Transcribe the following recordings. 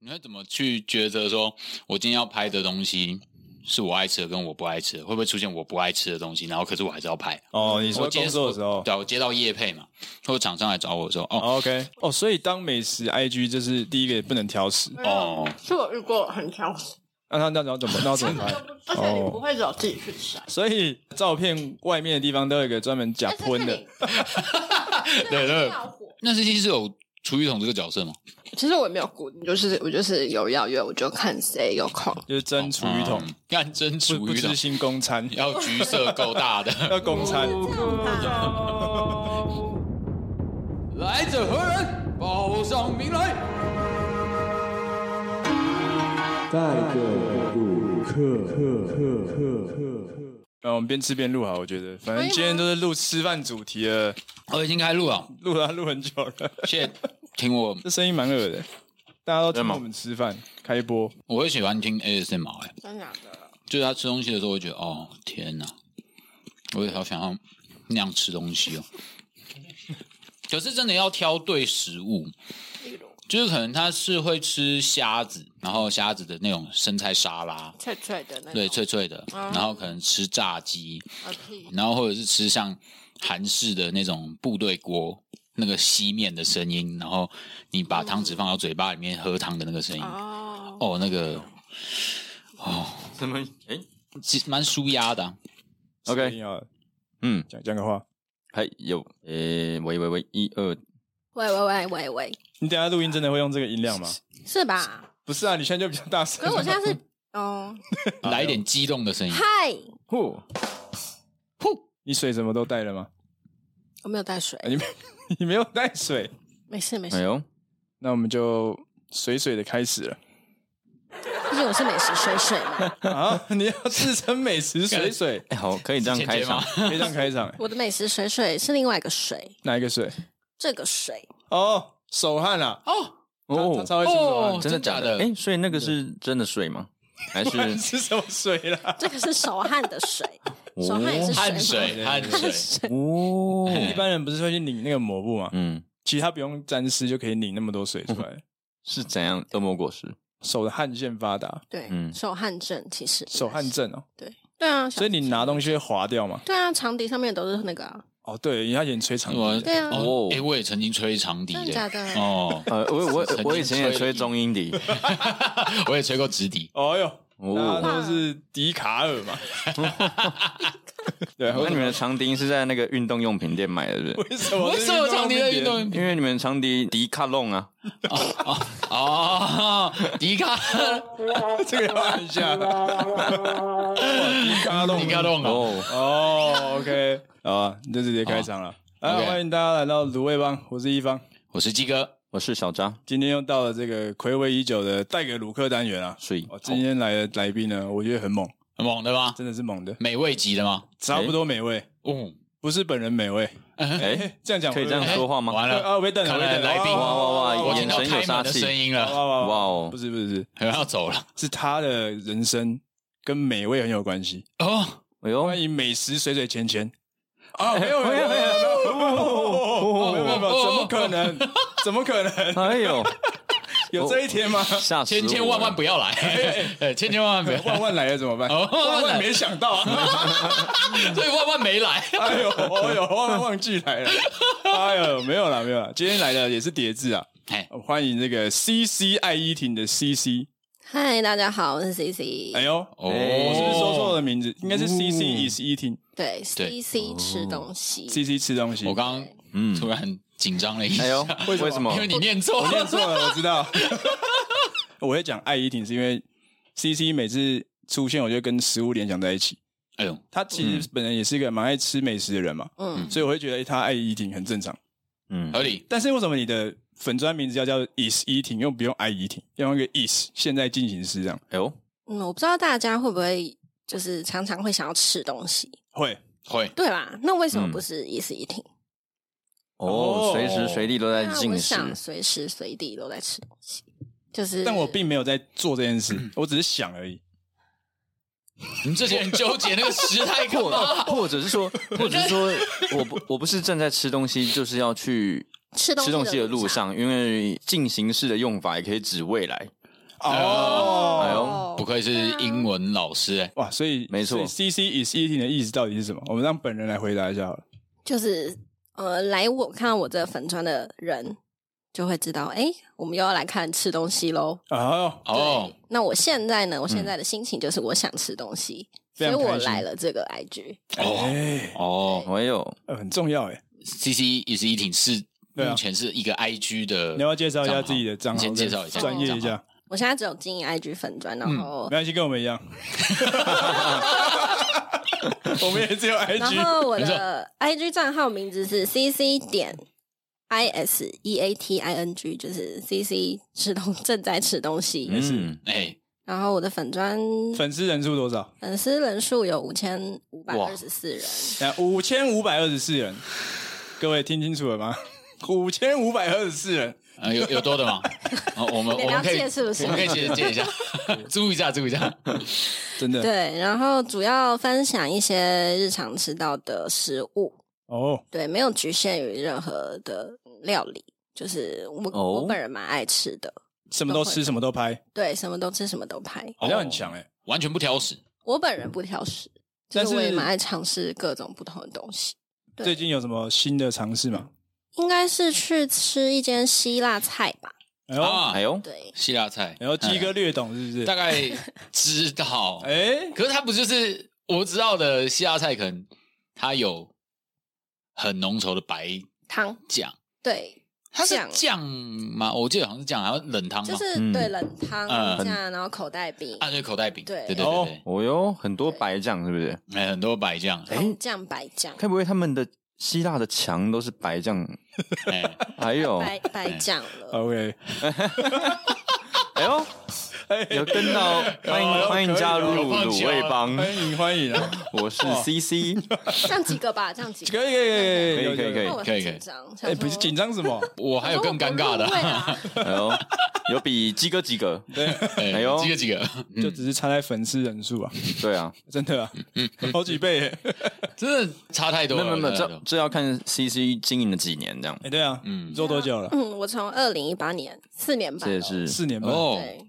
你会怎么去抉择？说我今天要拍的东西是我爱吃的，跟我不爱吃的，会不会出现我不爱吃的东西？然后可是我还是要拍。哦，你我说接工作的时候对啊，我接到业配嘛，或者厂商来找我说，哦哦，OK，哦，所以当美食 IG 就是第一个也不能挑食，哦，是我遇过很挑食，那那那那怎么那怎么而拍？ 且你不会走自己去啊筛。所以照片外面的地方都有一个专门假喷 的，对对要火，那是其实有厨余桶这个角色吗？其实我也没有固定，就是我就是有邀约，我就看谁有空。就是真厨余桶，嗯，干真不厨不余桶吃，新公餐，要橘色够大的。 要公餐。哦来者何人？报上名来。带着鲁克呃，我们边吃边录好，我觉得，哎反正今天都是录吃饭主题了，我已经开录了，录了录很久了，谢谢听我，这声音蛮恶的，大家都听我们吃饭开播。我会喜欢听 ASMR 哎、真的假的？就是他吃东西的时候，我会觉得哦天哪，我也好想要那样吃东西哦。可是真的要挑对食物，就是可能他是会吃虾子，然后虾子的那种生菜沙拉，脆脆的那种。对，脆脆的，然后可能吃炸鸡，啊然后或者是吃像韩式的那种部队锅，那个吸面的声音，然后你把汤匙放到嘴巴里面喝汤的那个声音，嗯哦，哦，那个什么？哎、其实蛮舒压的啊、一 OK，定要嗯，讲讲个话，还哎有，诶、喂喂喂，一二，喂喂喂喂喂，你等一下录音真的会用这个音量吗？是吧？不是啊，你现在就比较大声。可是我现在是，哦，来一点激动的嗯声音。嗨，呼呼，你水什么都带了吗？ 我没有带水啊，你没你没有带水，没事没哎事，呦，那我们就水水的开 始了毕竟我是美食水水嘛，啊！你要自称美食水 水，哎、好，可以这样是开姐姐吗场，可以这样开场、欸？我的美食水水是另外一个水，哪一个水？这个水 哦，手汗啊！哦他他哦，超会吃手汗。 哦真的假真的假的哎、所以那个是真的 水吗？还不然是是什么水 啦？这个是手汗的水，哦手汗 也是汗水水，汗嘛，汗水， 水，哦，一般人不是会去拧那个抹布吗？嗯，其实他不用沾湿就可以拧那么多水出来，是怎样？恶魔 果实，手的汗腺发达，对，嗯手汗症其实手汗症哦。对啊，所以你拿东西会滑掉嘛？对啊，长笛上面都是那个啊，哦，对，你要演吹长笛我对啊哦哦，哎，我也曾经吹长笛真的假的哦， 呃，我我曾经我以前也吹吹中音 笛，我也吹过直笛，哦哟，大哦家都是笛卡尔嘛。对，那你们的长笛是在那个运动用品店买的，是不 是？为什么为什么长笛的 运动员因为你们长笛迪卡弄啊，哦， 迪卡这个要按一下。迪卡弄，迪卡弄哦，哦，哦，OK，好啊，你就直接开场了。啊， OK 欢迎大家来到卤味帮，我是一方。我是鸡哥，我是小张，今天又到了这个暌违已久的带给卢克单元啊。所以哦，今天来的来宾呢，我觉得很猛，很猛的吗？真的是猛的，美味级的吗？差不多美味，嗯，不是本人美味。 哎，这样讲可以这样会说话吗？完了，啊，我被瞪了，看来被瞪了来宾哇哇哇我哇哦听到眼神有开门的杀气声音哇了，哇哇哇哇！哦不，是不是不是， 我要走了是他的人生跟美味很有关系。哦，哎呦，关于美食水水钱钱啊，没有没有没有没有没有没有没有，怎么可能？怎么可能哎呦，有这一天吗？吓死我千了！千万万不要来， 哎千千万万不要 万万来了怎么办？万万没想到啊！来，所以万万没来，哎呦，哎呦，忘忘记来了。哎呦，没有啦，没有啦，今天来的也是叠字啊。哎，欢迎这个 C C 爱依婷的 C C。嗨，大家好，我是 C C，哎呦，哦，我是不是说错了名字？应该是 C C is eating，C 对对，C C 吃东西， C 吃东西。我刚刚嗯突然紧张了一下，哎呦，为为什什么 么因？为你念错我念了，错了，我知道。 我会讲爱依婷是因为 C C 每次出现，我就跟食物联想在一起。哎呦，他其实本人也是一个蛮爱吃美食的人嘛，嗯，所以我会觉得诶他爱依婷很正常。嗯，合理，但是为什么你的粉砖名字要叫 is 依婷，又不用爱依婷，要用一个 is 现在进行时这样？哎呦，嗯，我不知道大家会不会就是常常会想要吃东西，会会对吧？那为什么嗯不是一时一停？哦哦，随时随地都在那啊我进食，想随时随地都在吃东西，就是，但我并没有在做这件事，我只是想而已。你们这些人纠结那个时态 干嘛？ 或或者是说，或者是说，我不我不是正在吃东西，就是要去吃东吃西东西的路路，上，因为进行式的用法也可以指未来。哎哦，呦，不愧是英文老师、欸，哇，所以没错所以 C C is eating 的意思到底是什么？我们让本人来回答一下好了。就是呃，来我看到我这粉砖的人就会知道，哎、我们又要来看吃东西喽。哦，哦，那我现在呢？我现在的心情就是我想吃东西，嗯非所常以我开心来了这个 IG。哎，哦哎呦，呃很重要哎， ，C E C 也是一挺是对啊目前是一个 I G 的，你要不要介绍一下自己的账号？先介绍一下专业一账下，我现在只有经营 IG 粉砖，然后、没关系，跟我们一样。我们也只有 IG，然后我没的 IG 账号名字是 CC 点 I S E A T I N G，就是 CC 吃东正在吃东西。嗯，哎、然后我的粉砖粉丝人数多少？粉丝人数有五千五百哇二十四人，哎五千五百二十四人，各位听清楚了吗？五千五百二十四人，呃有有多的吗？哦我们你我们了可以解是不是我们可以借借一下， 注意一下，注意一下。真的对。然后主要分享一些日常吃到的食物，哦，对，没有局限于任何的料理，就是我、哦我本人蛮爱吃的，什么都吃，什么都拍，对，什么都吃，什么都拍。好像很强哎、完全不挑食。我本人不挑食，但就是是我也蛮爱尝试各种不同的东西。对最近有什么新的尝试吗？应该是去吃一间希腊菜吧？哎呦，啊哎呦，对，希腊菜，然后鸡哥嗯略懂是不是？大概知道， 哎、可是它不就是我知道的希腊菜，可能它有很浓稠的白汤酱，对，它是酱酱吗？我记得好像是酱，然后冷汤就吗？是、嗯对冷汤嗯这样，然后口袋饼、啊，对，口袋饼，对对对哦对哦呦，很多白酱是不是？对，哎很多白酱，红酱、白酱、该不会他们的希腊的墙都是白酱？哎，哎呦，白白酱了。 o k 哎呦，有跟到，欢迎欢迎加入有棒球卤味 帮，欢迎欢迎啊！我是 CC，这样几个吧，这样 几可以个。可以可以可以可以可以那我很可以可以紧张，哎、想不是说紧张什么？我还有更尴尬的我说我不入，味啊哎呦，有比鸡哥几个？哎哎呦几个几个， 就只是差在粉丝人数啊，对啊，真的啊， 好几倍、欸。哎、真的差啊太多没有了，没有没有，差太这多这要看 CC 经营了几年这样，对啊，嗯，做多久了？嗯，我从二零一八年四年半这了也是四年半。哦，啊对，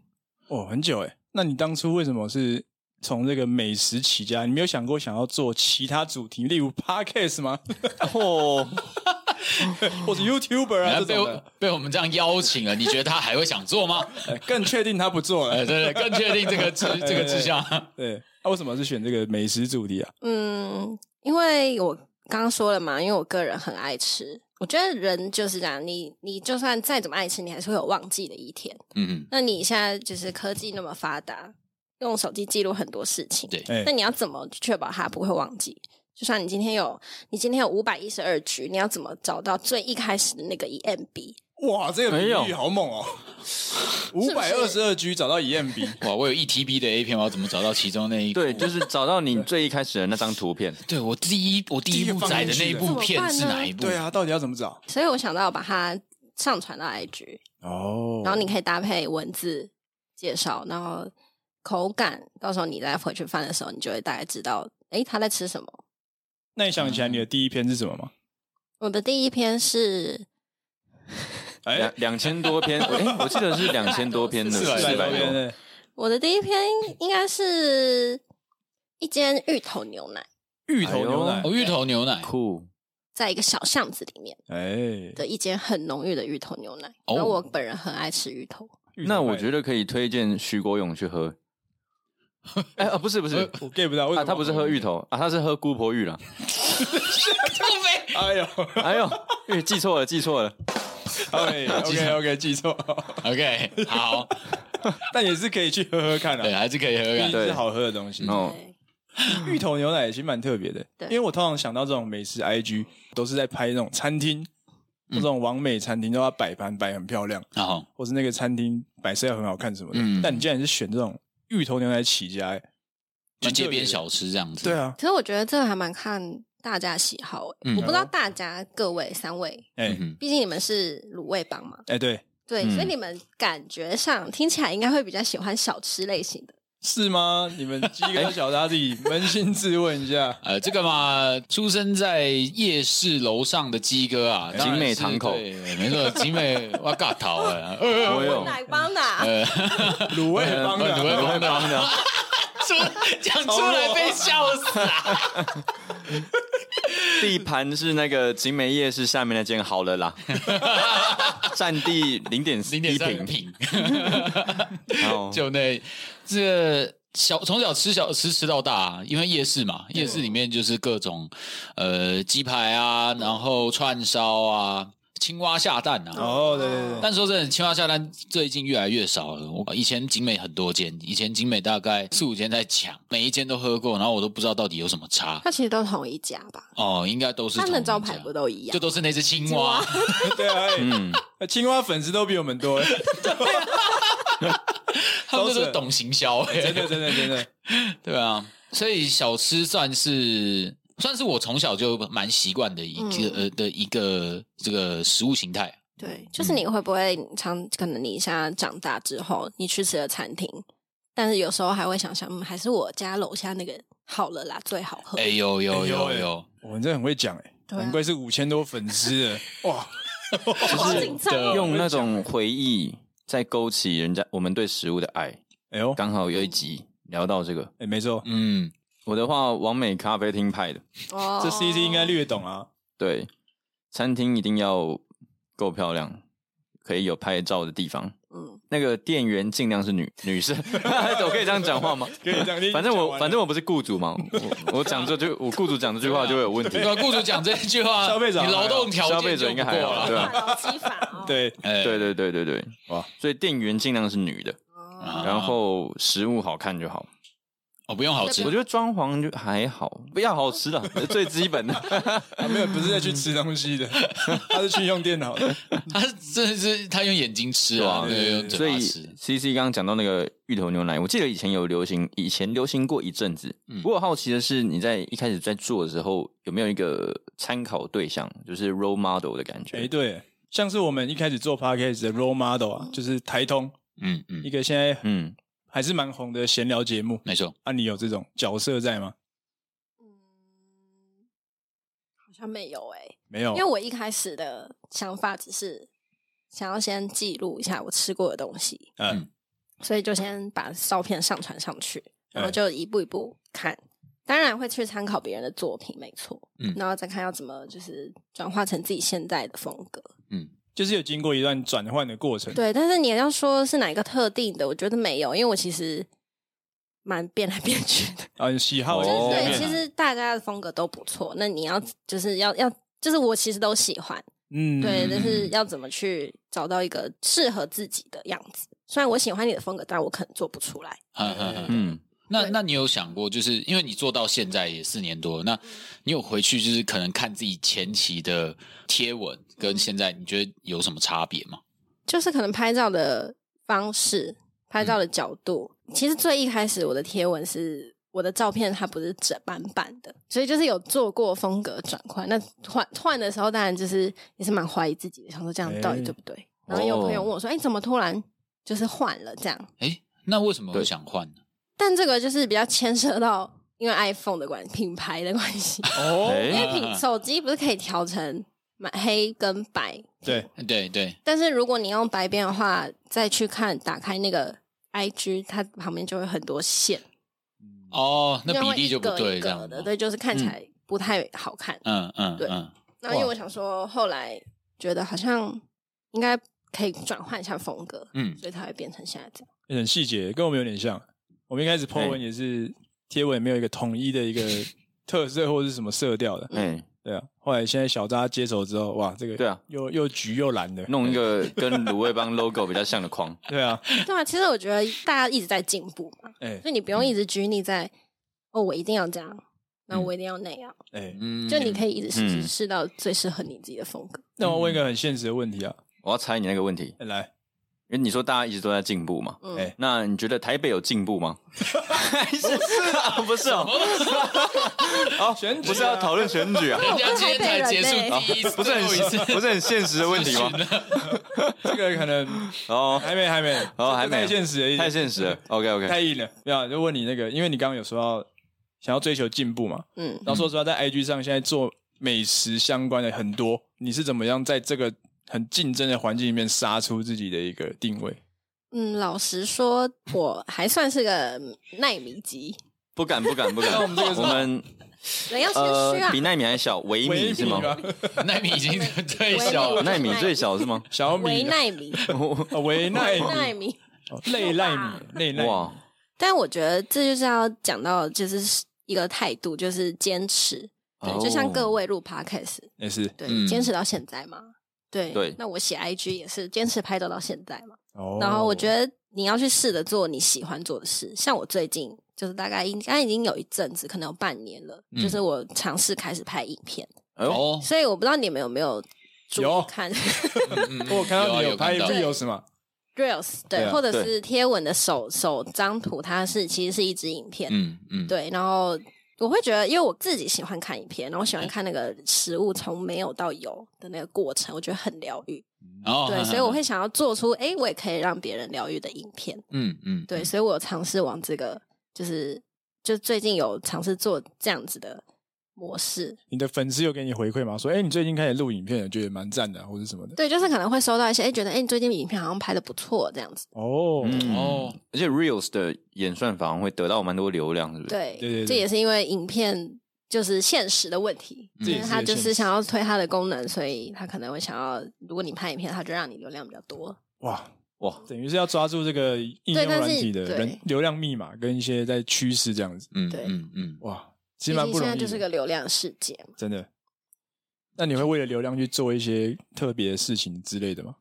哦，很久哎。那你当初为什么是从这个美食起家？你没有想过想要做其他主题，例如 podcast 吗？哦， 或者 YouTuber 然啊后这被种的？我被我们这样邀请了，你觉得他还会想做吗？哎更确定他不做哎，了。对对，更确定这个志这个志向。对，那、为什么是选这个美食主题啊？嗯，因为我刚刚说了嘛，因为我个人很爱吃，我觉得人就是这样，你你就算再怎么爱吃，你还是会有忘记的一天。嗯，那你现在就是科技那么发达，用手机记录很多事情，对哎、那你要怎么确保它不会忘记？就算你今天有你今天有五百一十二 G，你要怎么找到最一开始的那个一 MB？哇，这个比哎喻呦好猛哦！嗯五百二十二 G 找到一 MB，哇，我有一 TB 的 A 片，我要怎么找到其中那一？对，就是找到你最一开始的那张图片，对我第一我第一部载的那一部片是哪一部？ 对，啊，到底要怎么找？所以我想到把它上传到 IG，哦然后你可以搭配文字介绍，然后口感，到时候你再回去翻的时候，你就会大概知道，诶，他在吃什么。那你想起来你的第一篇是什么吗？我的第一篇是 哎、两两千多篇，哎，我记得是两千多 篇的，四四百多400篇，哎我的第一篇，应该是一间芋头牛奶，芋头牛奶哎，哦，芋头牛 奶，酷，在一个小巷子里面哎、的一间很浓郁的芋头牛奶。哦然后我本人很爱吃芋头，那我觉得得可以推荐徐国勇去 喝。哎啊，不是不是我 get 不到，为什啊，么、他不是喝芋头啊，他是喝姑婆 芋啦。哎呦，哎呦，哎记错了，记错 了。哎，OK OK，记错， OK，好，但也是可以去喝喝看对，啊，还是可以喝毕看。竟是对好喝的东西。哦，对芋头牛奶也其实蛮特别的，对因为我通常想到这种美食 IG 都是在拍那种餐厅，嗯那种完美餐厅都要摆盘摆很漂亮，然后或是那个餐厅摆设要很好看什么的嗯。但你竟然是选这种芋头牛奶起家，哎就街边小吃这样子。对，啊，可是我觉得这个还蛮看大家喜好、欸，嗯我不知道大家各位三位，哎嗯毕竟你们是卤味帮嘛，哎，对，对，嗯所以你们感觉上听起来应该会比较喜欢小吃类型的。是吗？你们鸡哥小大弟扪心自问一下，呃，这个嘛，出生在夜市楼上的鸡哥啊，当然哎景美是堂口对没错，景美哇嘎桃 啊，呃我有哪帮啊哪？呃，卤味帮的，卤味帮的帮的，出讲出来被笑死啊！地盘是那个景美夜市下面那间好 了啦，占地零点零点一三平，哦平，然后 就那这小从小吃小吃吃到大、啊，因为夜市嘛，嗯夜市里面就是各种呃鸡排啊，然后串烧啊，青蛙下蛋啊。哦，对对对，但说真的，青蛙下蛋最近越来越少了。我以前景美很多间，以前景美大概四五间在抢，每一间都喝过，然后我都不知道到底有什么差。他其实都同一家吧？哦，应该都是他们的同一招牌家不都一样就？都是那只青蛙。 对啊，嗯，青蛙粉丝都比我们多，哎他们就是都是懂行销、 欸，真的真的真的，对啊，所以小吃算是算是我从小就蛮习惯的一嗯个、呃的一个这个食物形态。对，就是你会不会常可能你现在长大之后，你去吃了餐厅，但是有时候还会想想，嗯，还是我家楼下那个好了啦，最好喝。哎、 呦有有哎呦有哎有，我们这很会讲哎，对啊难怪是五千多粉丝哎了，哇，好紧张哦！用那种回忆在勾起人家我们对食物的爱。哎呦，刚好有一集聊到这个，哎，没错，嗯，我的话，完美咖啡厅派的，哦这 CT 应该略懂啊，对，餐厅一定要够漂亮，可以有拍照的地方。嗯，那个店员尽量是女女生，哎我可以这样讲话吗？可以这样，你反正讲我完了反正我不是雇主嘛，我我讲这句，我雇主讲这句话就会有问题对。啊吧？雇主讲这句 话，消费者你劳动条件消费者就应该不还过好，了对吧？劳基法哦，对，哎对对对对对，哇哇！所以店员尽量是女的，啊然后食物好看就好。哦不用好吃我，觉得装潢就还好，不要好吃的，最基本的。啊没有不是在去吃东西 的，他是去用电脑的， 他真的是他用眼睛吃啊，对啊对，用所嘴巴以吃。 C C 刚刚讲到那个芋头牛奶，我记得以前有流行，以前流行过一阵子。不过好奇的是，你在一开始在做的时候，有没有一个参考对象，就是 role model 的感觉？哎，对，像是我们一开始做 podcast 的 role model 啊，就是台通嗯嗯，一个现在嗯，还是蛮红的闲聊节目，没错，啊，你有这种角色在吗？嗯好像没有哎、没有，因为我一开始的想法只是想要先记录一下我吃过的东西，嗯所以就先把照片上传上去，然嗯后哎就一步一步看。当然会去参考别人的作品，没错，嗯然后再看要怎么就是转化成自己现在的风格。就是有经过一段转换的过程。对，但是你要说是哪一个特定的，我觉得没有，因为我其实蛮变来变去的。啊，你喜好哦也是这样对，变其实大家的风格都不错。那你要就是要要，就是我其实都喜欢，嗯，对，但是要怎么去找到一个适合自己的样子？虽然我喜欢你的风格，但我可能做不出来。嗯嗯嗯。嗯，那对那你有想过，就是因为你做到现在也四年多了，那你有回去就是可能看自己前期的贴文跟现在，你觉得有什么差别吗？就是可能拍照的方式、拍照嗯的角度。其实最一开始我的贴文是我的照片，它不是整版版的，所以就是有做过风格转换。那换换的时候，当然就是也是蛮怀疑自己的，想说这样到底哎对不对？然后有朋友问我哦说：“哎、怎么突然就是换了这样诶，那为什么会对想换呢？？”但这个就是比较牵涉到因为 iPhone 的关品牌的关系，哦，哎因为 品手机不是可以调成买黑跟白对，对对，但是如果你用白边的话，再去看打开那个 IG，它旁边就会很多线，哦，那因为比会例就不对，一这个一样个的，吗对，就是看起来不太好看。嗯嗯对嗯，那、因为我想说，后来觉得好像应该可以转换一下风格，嗯所以才会变成现在这样。哎很细节，跟我们有点像。我们一开哎始 po 文也是贴文，没有一个统一的一个特色或者是什么色调的，哎，对啊。后来现在小扎接手之后，哇，这个对啊，又又橘又蓝的，弄一个跟卤味帮 logo 比较像的框。对啊，对啊，其实我觉得大家一直在进步嘛，哎所以你不嗯用一直拘泥在、哦，我一定要这样，那我一定要那样，哎，嗯，就你可以一直试嗯试到最适合你自己的风格。那我问一个很现实的问题啊，我要猜你那个问题，哎来，因为你说大家一直都在进步嘛，嗯哎那你觉得台北有进步吗？还是啊，不是哦，哦，选举啊不是要讨论选举啊，人家今天才结束我第一 次，哦不是最很后一次，不是很现实的问题吗？这个可 能哦还没还没，哦，还没太现实了一点，太现实了。OK OK，太硬了。没有，就问你那个，因为你刚刚有说到想要追求进步嘛，嗯，然后说实话，在 IG 上现在做美食相关的很多，你是怎么样在这个很竞争的环境里面杀出自己的一个定位？嗯，老实说，我还算是个耐米级，不敢不敢不敢，那我们这个是我们人要谦虚呃啊比。奈米还小，微米啊是吗？吧，奈米已 经最小微了，奈米最小是吗？小维米啊，耐米，哦维奈耐米，米，哦内奈米，内奈米，哇，但我觉得这就是要讲到，就是一个态度，就是坚持。对，哦就像各位录 podcast，也是对，嗯坚持到现在嘛。对对那我写 IG 也是坚持拍照到现在嘛。哦然后我觉得你要去试着做你喜欢做的事，像我最近就是大概应该已经有一阵子，可能有半年了，嗯就是我尝试开始拍影片，哎呦，哦，所以我不知道你们有没有注有意看 嗯嗯我有看啊到你有有拍看到 reels 嘛， reels 对对，啊或者对是贴文的首首张图，它是其实是一支影片，嗯嗯，对，然后。我会觉得，因为我自己喜欢看影片，然后我喜欢看那个食物从没有到有的那个过程，我觉得很疗愈。哦，对，哈所以我会，想要做出，哎、我也可以让别人疗愈的影片。嗯嗯，对，所以我有尝试往这个，就是就最近有尝试做这样子的模式。你的粉丝有给你回馈吗？说哎，你最近开始录影片了，觉得蛮赞的啊，或者什么的。对，就是可能会收到一些，哎、觉得哎、诶你最近影片好像拍的不错这样子。哦，嗯哦，而且 Reels 的演算法好像会得到蛮多流量，是不是？对，对对这也是因为影片就是现实的问题，这也因为是他就现是实想要推它的功能，所以他可能会想要，如果你拍影片，他就让你流量比较多。哇哇，等于是要抓住这个应用对但是软体的对人流量密码跟一些在趋势这样子。嗯对嗯嗯，哇，其毕实蛮竟不现容易的，在就是个流量世界嘛。真的。那你会为了流量去做一些特别的事情之类的吗？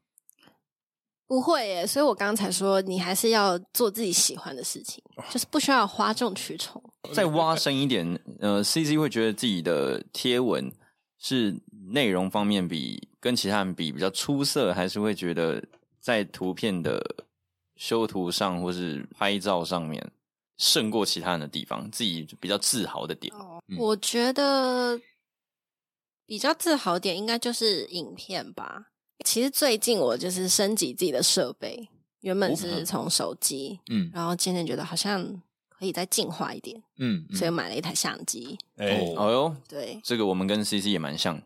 不会耶，所以我刚才说，你还是要做自己喜欢的事情，哦就是不需要哗众取宠。再挖深一点， 呃，CC 会觉得自己的贴文是内容方面比跟其他人比比较出色，还是会觉得在图片的修图上或是拍照上面胜过其他人的地方，自己比较自豪的点？嗯我觉得比较自豪点应该就是影片吧。其实最近我就是升级自己的设备，原哦本嗯是从手机，嗯然后渐渐觉得好像可以再进化一点，嗯，嗯所以买了一台相机。哎哦哦哟，对，这个我们跟 CC 也蛮像，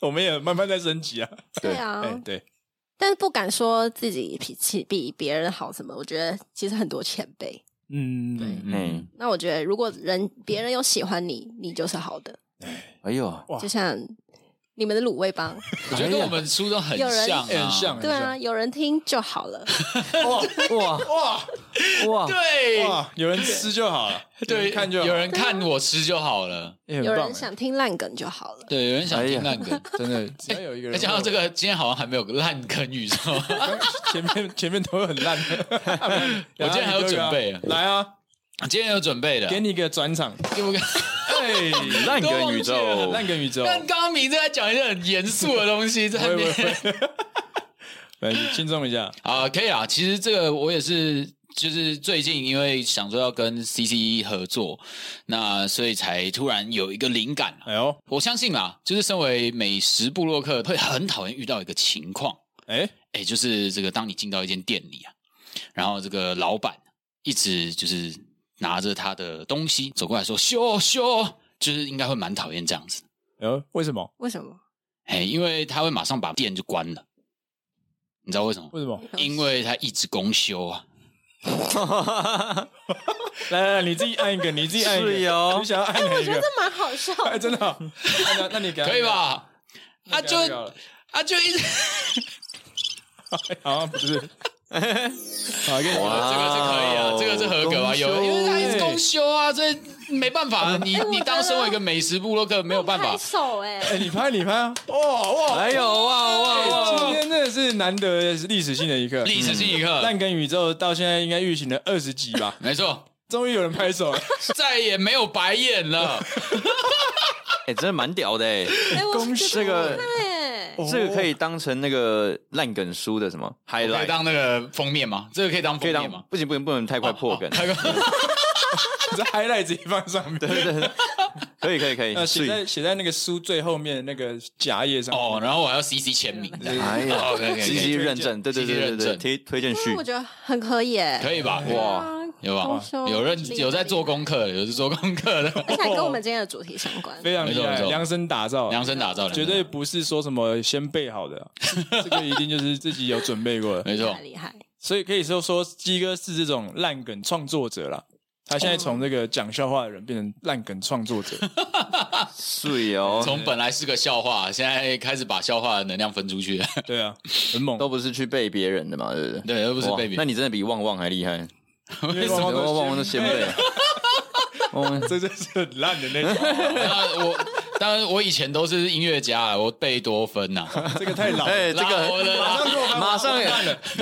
我们也慢慢在升级啊。对对啊，哎，对，但是不敢说自己脾气比别人好什么。我觉得其实很多前辈。啊嗯，嗯，那我觉得，如果人别人有喜欢你，你就是好的。哎呦，哇就像你们的卤味帮，我觉得跟我们初中很有人像啊，哎很像，对啊，有人听就好了。哇哇哇，很对像，哇，有人吃就好了，有对，人看就好，有人看我吃就好了，哎很有棒人，想听烂梗就好了。对，有人想听哎烂 梗。哎真的，只要有一个哎，人，讲到这，个，今天好像还没有烂梗宇宙， 前面前面都很烂。我今天还有准备 来啊来啊，今天有准备的，给你一个转场，给 我个。哎，烂梗宇宙都忘 记了烂梗宇宙，但刚刚明正在讲一些很严肃的东西，在那边 不会不会 来轻松一下，啊、可以啊。其实这个我也是，就是最近因为想说要跟 CCE 合作，那所以才突然有一个灵感啊、哎呦，我相信啊，就是身为美食部落客，会很讨厌遇到一个情况，哎，哎，就是这个当你进到一间店里啊，然后这个老板一直就是拿着他的东西走过来说“修哦修哦”，就是应该会蛮讨厌这样子。哎呦，为什么？为什么？哎，因为他会马上把店就关了，你知道为什么？为什么？因为他一直公休啊。来来来，你自己按一个，你自己按一个，是哟你想要按哪一个？这蛮好笑哎，真的哦，那那你给他可以？吧？啊那就你给他那个啊就一直好像不 是，好，跟哦这你个哇说，是可以哦啊，这个是合格啊，有因为欸他一直公休啊，这没办法，你哎我你觉当得身为一个美食部落客没有办拍法，手哎、哎，你拍你拍啊！哇哇，哎呦哇哇哇！今天真的是难得历史性的一刻，历史性一嗯烂刻，梗宇宙到现在应该运行了二十集吧， 没错，终于有人拍手了，再也没有白 眼了。哎、真的蛮屌的哎、哎、我这个对这个可以当成那个烂梗书的什么我可以 highlight，当那个封面吗？这个可以当可封以面当吗？哦不行不行不能太快破梗， 那个 这 highlight 直接放上面，对对对， 可以可以可以呃那，写是在写在那个书最后面那个夹页上。哦，，然后我还要 CC 签名，这样哎呀哦可以可以可以 积极认证，对对积极对对认对，证推推荐序嗯我觉得很可以耶，可以吧？对哇，啊有吧公？休有认力有在做功课的，有是做功课的， 而且还跟我们今天的主题相关。非常厉没错没害，错量身打造，量身打造，绝对不啊是说什么先备好 的啊，这个一定就是自己有准备过的。没错太。厉害， 所以可以说说鸡哥是这种烂梗创作者啦。他现在从这个讲笑话的人变成烂梗创作 者，睡哦，从本来是个笑话，现在开始把笑话的能量分出去。对啊，很猛。都不是去背别人的嘛，对不对？ 对，而不是哇被别那人。你真的比旺旺还厉害，因为为什旺么旺旺旺都都先先背 背，，旺旺 这就是很烂的那 种。那我当然我以前都是音乐家，我贝多芬呐，这个太老了，哎，这拉我的个啦马上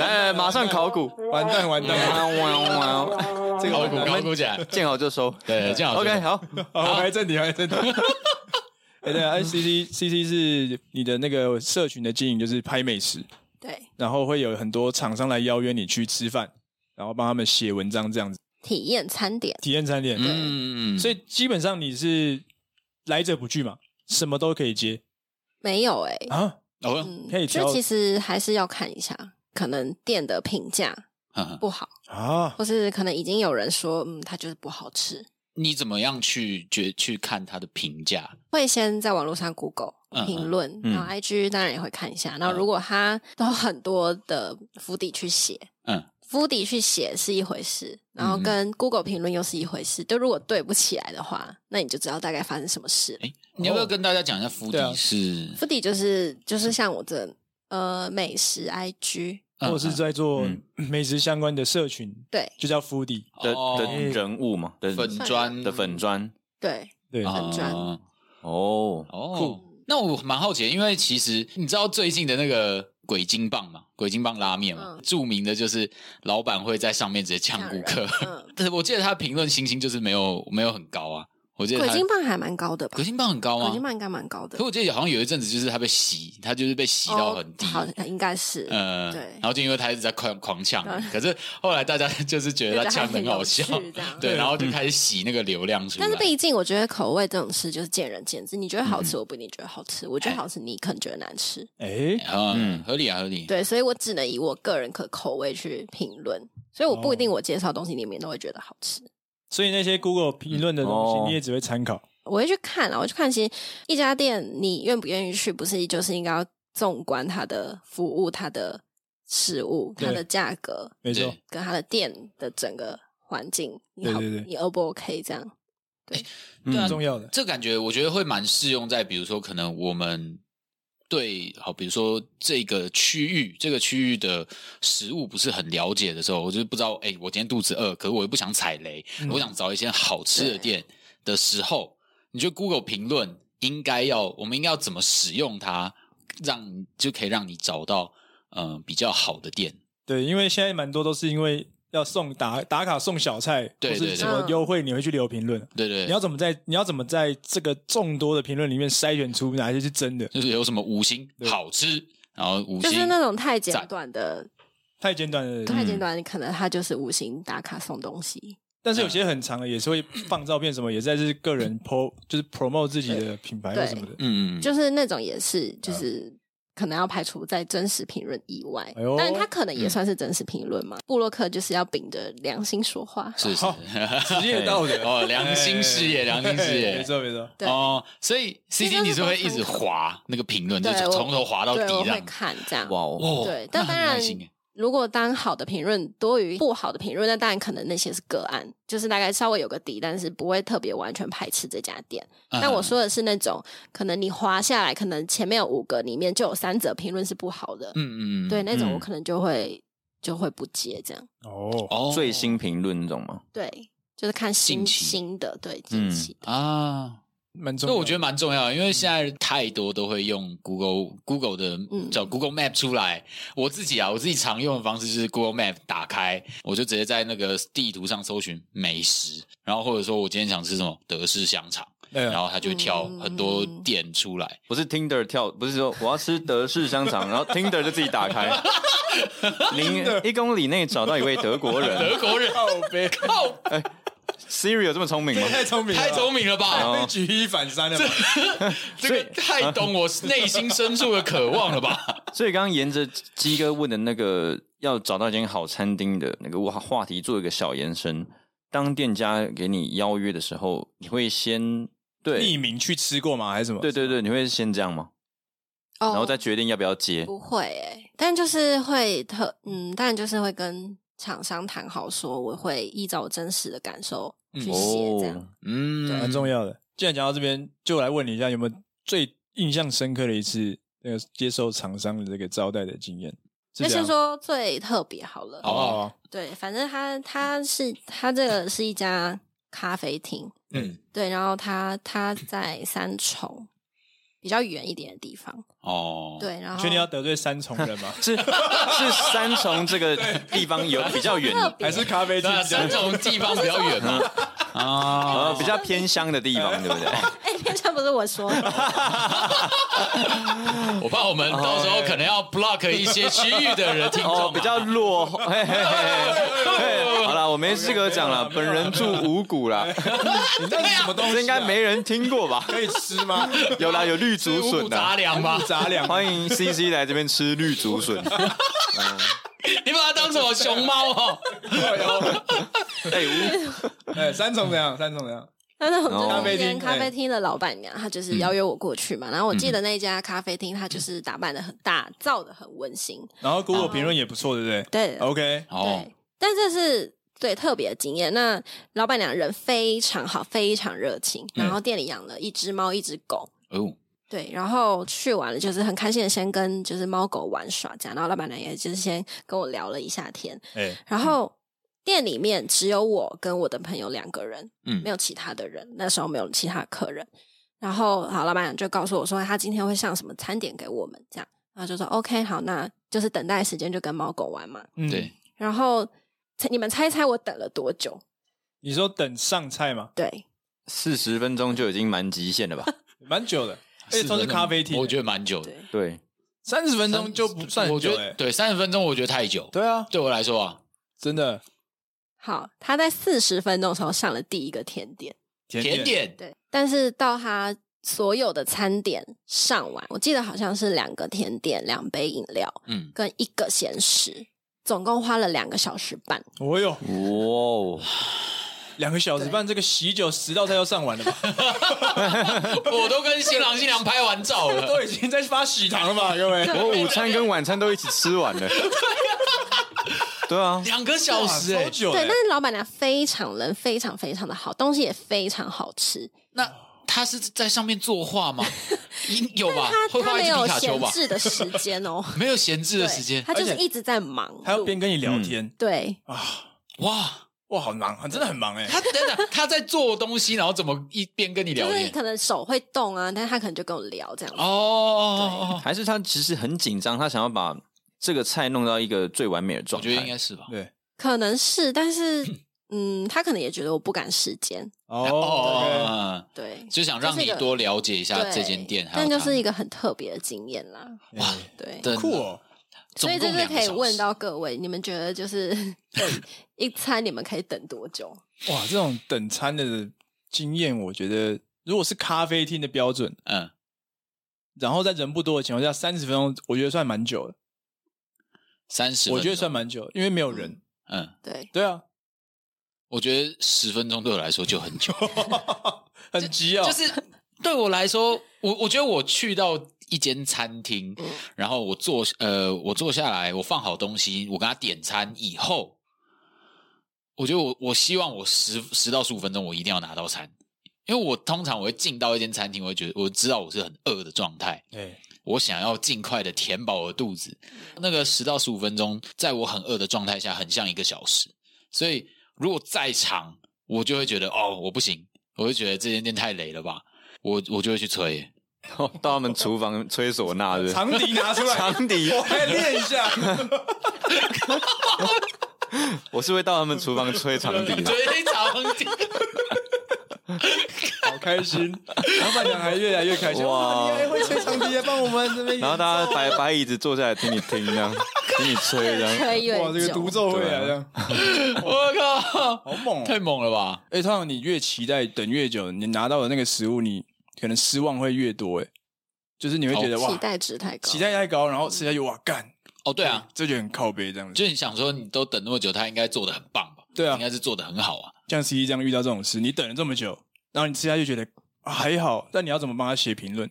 来，马上 考古，完蛋完蛋，哇 哇哇！这个高完估蛋高估起来。见好就收。对，这样好 OK，像好，好，还正题还正题。 哎，对啊哎，C C C C 是你的那个社群的经营，就是拍美食，对，然后会有很多厂商来邀约你去吃饭，然后帮他们写文章这样子，体验餐点，体验餐点。嗯，嗯嗯所以基本上你是来者不拒嘛，什么都可以接没有哎，啊，哦，嗯，可以就挑其实还是要看一下，可能店的评价呵呵不好，啊，或是可能已经有人说，嗯，它就是不好吃，你怎么样去觉去看他的评价？会先在网络上 Google 嗯嗯评论，嗯然后 IG 当然也会看一下。然后如果他都很多的府邸去写，嗯，府邸去写是一回事，然后嗯嗯跟 Google 评论又是一回事。就如果对不起来的话，那你就知道大概发生什么事。哎，你要不要跟大家讲一下府对啊邸是？府邸就是就是像我这呃美食 IG，嗯或是在做美食相关的社群，对就叫 foodie，的哦的人物嘛，的粉砖的粉砖对，对，啊粉砖哦，哦，那我蛮好奇的，因为其实你知道最近的那个鬼金棒嘛，鬼金棒拉面嘛，嗯著名的就是老板会在上面直接呛呛顾人客。嗯，但是我记得他的评论星星就是没有没有很高啊，我记得鬼他金棒还蛮高的吧鬼？金棒很高吗？鬼金棒应该蛮高的可，我记得好像有一阵子就是他被洗，他就是被洗到很低。哦好应该是呃，对然后就因为他一直在狂狂 呛，可是后来大家就是觉得他呛得很好笑觉得他很有趣这，样 对，然后就开始洗那个流量出来。嗯 但是毕竟，我觉得口味这种事就是见仁见智。你觉得好吃，我不一定觉得好吃；我觉得哎好吃，你可能觉得难吃。哎，嗯，合理啊，合理。对，所以我只能以我个人可口味去评论，所以我不一哦定我介绍的东西里面都会觉得好吃。所以那些 Google 评论的东哦西，你也只会参考，我会去看啊，我去看，其实一家店你愿不愿意去，不是就是应该要纵观它的服务、它的食物、它对的价格没错对。跟它的店的整个环境，你对好，对对你 O 不 OK 这样？对啊很重要的，这感觉我觉得会蛮适用在，比如说可能我们对好，比如说这个区域这个区域的食物不是很了解的时候，我就是不知道，哎、我今天肚子饿，可我又不想踩雷，我想找一些好吃的店的时候，你觉得 Google 评论应该要，我们应该要怎么使用它，让就可以让你找到嗯、呃比较好的店。对，因为现在蛮多都是因为要送打打卡送小菜，对或对对嗯是什么优惠，你会去留评论。对对你要怎么在你要怎么在这个众多的评论里面筛选出哪些是真的？就是有什么五星对好吃，然后五就星是那种太简赞嗯短的太简短了，太简短，可能他就是无形打卡送东西。但是有些很长的也是会放照片什么，也在是个人 po 就是 promote 自己的品牌或什么的。嗯嗯嗯啊就是那种也是，就是可能要排除在真实评论以外哎呦，但他可能嗯也算是真实评论嘛。布洛克就是要秉着良心说话，是是好 职业道德 哎哦，良心事业，良心事没业。错没错。对哦，所以 C 实 C 都是你是会一直滑那个评论，就对是我从头滑到底对，我这会样。看这样。哇哦，哦对，那但很当然耐心耶，如果当好的评论多于不好的评论，那当然可能那些是个案，就是大概稍微有个底，但是不会特别完全排斥这家店。嗯但我说的是那种，可能你滑下来，可能前面有五个，里面就有三则评论是不好的，嗯，嗯嗯，对，那种嗯我可能就会、就会不接这样。哦，哦，最新评论那种吗？对，就是看近新期新的，对，近嗯期的。啊，蛮重这要。我觉得蛮重要的，因为现在太多都会用 Google Google 的嗯叫 Google Map 出来。我自己啊，我自己常用的方式就是 Google Map 打开，我就直接在那个地图上搜寻美食，然后或者说我今天想吃什么德式香肠，得嗯然后他就挑很多店出来，不是 Tinder 跳，不是说我要吃德式香肠，然后 Tinder 就自己打开，零一公里内找到一位德国人。 德国人靠背，靠，啊 Siri 有这么聪明 吗？太聪明了，哦太聪明了吧！被举一反三了吧。这个太懂我内心深处的渴望了 吧？所以刚刚沿着鸡哥问的那个要找到一间好餐厅的那个话话题做一个小延伸，当店家给你邀约的时候，你会先对匿名去吃过吗？还是什么？对对对，你会先这样吗？哦，然后再决定要不要接？哦不会诶、但就是会特嗯，但就是会跟厂商谈好，说我会依照我真实的感受去写这样。哦，？嗯，蛮重要的。既然讲到这边，就来问你一下，有没有最印象深刻的一次那个接受厂商的这个招待的经验？那这样先说最特别好了，好啊哦，对，反正他他是他这个是一家咖啡厅，嗯，对，然后他他在三重比较远一点的地方，哦，对，然后确定要得罪三重人吗是是三重这个地方有 比较远，特别还是咖啡厅对啊，比较三种地方比较远 嘛，啊，呃，比较偏乡的地方，对不对？哎，偏向不是我说的，我怕我们到时候可能要 block 一些区域的人听哦众，比较落后。嘿嘿嘿嘿嘿好了，我没资格讲了，本人住五谷啦，你这是什么东西啊？这应该没人听过吧？可以吃吗？有啦，有绿竹竹笋笋杂的，粮吧？杂粮欢迎 C C 来这边吃绿竹笋。你把它当什么熊猫哦？哎，五哎，三重怎样？三重怎样？但是我哦咖们就啡是一厅哎嗯间咖啡厅的老板娘，她就是邀约我过去嘛，然后我记得那家咖啡厅，她就是打扮的很打造的很温馨，然后 Google 评论也不错，对不对对， ？OK，哦对，，但这是对特别的经验。那老板娘人非常好，非常热情，然后店里养了一只猫，一只狗。嗯哦，对，然后去完了，就是很开心的，先跟就是猫狗玩耍这样，然后老板娘也就是先跟我聊了一下天，哎，然后嗯店里面只有我跟我的朋友两个人，嗯没有其他的人，那时候没有其他客人。然后好，老板娘就告诉我说，他今天会上什么餐点给我们这样，然后就说 OK，好，那就是等待时间就跟猫狗玩嘛。嗯对，，然后猜你们猜猜我等了多久？你说等上菜吗？对，四十分钟就已经蛮极限了吧？蛮久的， 而且都是40分钟咖啡厅，我觉得蛮久的，对，三十分钟就不算很我久觉哎得。对三十分钟，我觉得太久，对啊，对我来说啊，真的好，他在四十分钟的时候上了第一个甜点，甜点对，但是到他所有的餐点上完，我记得好像是两个甜点、两杯饮料嗯，跟一个咸食，总共花了两个小时半。哦哟，哇哦，两个小时半，这个喜酒十道菜要上完了吧？ 我都跟新郎新娘拍完照了， 都已经在发喜糖了吧，各位？我午餐跟晚餐都一起吃完了。对啊，两个小时哇哎超，久对，哎但，是老板娘非常人，非常非常的好，东西也非常好吃。那他是在上面作画 吗？应有吧？他会他画一没只有皮卡丘闲吧？置的时间 哦，没有闲置的时对，间，他就是而且一直在忙他要碌。边跟你聊天嗯对，啊，哇！哇，好忙，真的很忙 哎。他等等，他在做东西，然后怎么一边跟你聊就是天？可能手会动啊，但是他可能就跟我聊这样子。哦，还是他其实很紧张，他想要把这个菜弄到一个最完美的我状态。觉得应该是吧。对，可能是，但是嗯，他可能也觉得我不赶时间，哦，哦，对，就想让这是你一个多了解一下对，这间店，还有但就是一个个很特别的经验啦，哇，对。真的酷哦，所以总共这是两个可以小时问到各位，你们觉得就是 等一餐你们可以等多久？哇，这种等餐的经验，我觉得如果是咖啡厅的标准，嗯，然后在人不多的情况下，三十分钟，我觉得算蛮久的，三十，我觉得算，蛮久的，因为没有人。嗯， 对，对啊， 我觉得十分钟对我来说就很久， 很急哦，就是对我来说，我我觉得我去到一间餐厅，然后我坐呃，我坐下来，我放好东西，我跟他点餐以后，我觉得我我希望我十十到十五分钟，我一定要拿到餐，因为我通常我会进到一间餐厅，我会觉得我知道我是很饿的状态，哎，我想要尽快的填饱我的肚子。嗯那个十到十五分钟，在我很饿的状态下，很像一个小时。所以如果再长，我就会觉得哦，我不行，我就觉得这间店太累了吧，我我就会去催。 到他们厨房吹唢呐，对不对长笛拿出来， 长笛我来练一下。我是会到他们厨房吹长笛的。催长笛，开心，老板娘还越来越开心。哇，哇你还会吹长笛，还啊帮我们这边演奏。然后大家摆摆椅子坐下来听你听这 样，听你吹这样。吹越哇，这个独久，奏会啊，对啊这 样我靠，好猛哦。太猛了吧！哎，通常你越期待等越久，你拿到的那个食物，你可能失望会越多。哎，就是你会觉得期哇，待值太高，期待太高，然后吃下去哇干，哦，对啊，这就很靠背这样子。就你想说你都等那么久，他应该做的很棒吧？对啊应该是做的很好啊。像 C 这样遇到这种事，你等了这么久，然后你吃下去觉得、啊还好，但你要怎么帮他写评论？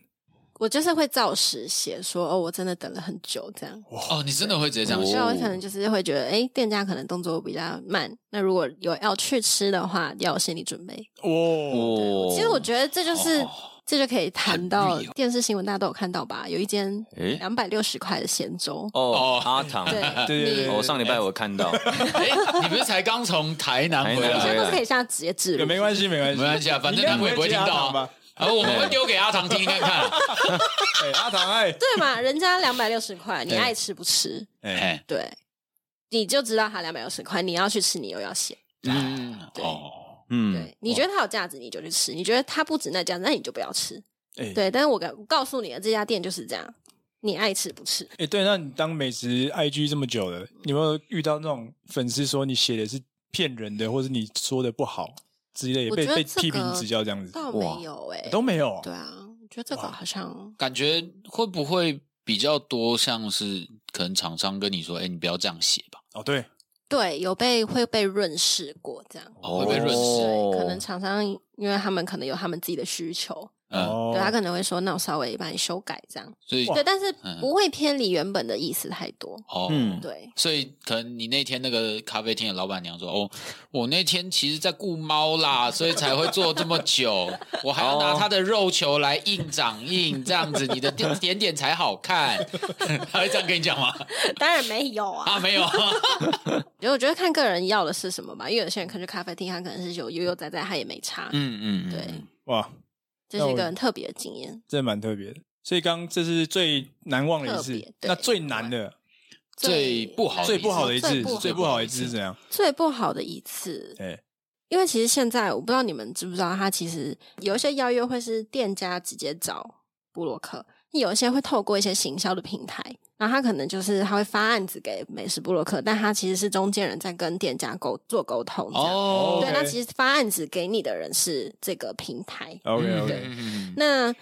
我就是会照实写说，哦，我真的等了很久这样。哦，你真的会直接这样所以想？我可能就是会觉得，哎，店家可能动作比较慢。那如果有要去吃的话，要有心理准备。哦，哦其实我觉得这就是，哦这就可以谈到很绿哦电视新闻，大家都有看到吧？有一间诶两百六十块的咸粥，哦哦，阿唐，对，我、对对对，哦、上礼拜我 看到，哎，你不是才刚从台南回台这南来？都是可以现在直接置入对，没关系没关系没关系啊，反你正应该他们也不会接听阿到唐啊吧？。啊，我们会丢给阿唐听看 看。哎，阿唐哎，对嘛？人家两百六十块，你对爱吃不吃，哎，哎，对，你就知道它两百六十块，你要去吃，你又要写。嗯，对哦，嗯对，，你觉得它有价值，你就去吃；你觉得它不值那价值，那你就不要吃。哎对，但是我告告诉你的这家店就是这样，你爱吃不吃。哎，对，那你当美食 IG 这么久了，你有没有遇到那种粉丝说你写的是骗人的，或者你说的不好之类，我被觉得被这个批评指教这样子？倒哇没有哎、都没有啊，对啊，我觉得这个好像感觉会不会比较多像是可能厂商跟你说，哎，你不要这样写吧？哦，对，对有被会被润饰过这样。哦会被润饰哦对，可能厂商因为他们可能有他们自己的需求，嗯，哦对他可能会说，那我稍微帮你修改这样。所以对，但是嗯不会偏离原本的意思太多。哦，嗯，对，所以可能你那天那个咖啡厅的老板娘说：“哦，我那天其实在顾猫啦，所以才会做这么久。我还要拿它的肉球来印掌印，这样子你的点点点才好看。”他会这样跟你讲吗？ 当然没有啊。啊，没有，因为我觉得看个人要的是什么吧，因为有些人可能去咖啡厅，他可能是有悠悠哉哉，他也没差。嗯嗯，嗯对，哇，这是一那我个很特别的经验。这蛮特别的。所以刚刚这是最难忘的一特次别，对那最难的、最不好的最不好的一一次最不，好最不好的一次是怎样？最不好的一次，哎，因为其实现在我不知道你们知不知道，它其实有一些邀约会是店家直接找布洛克，有一些会透过一些行销的平台，然后他可能就是他会发案子给美食布洛克，但他其实是中间人在跟店家沟做沟通这样。哦对， OK 那其实发案子给你的人是这个平台， OK 嗯 OK，嗯嗯那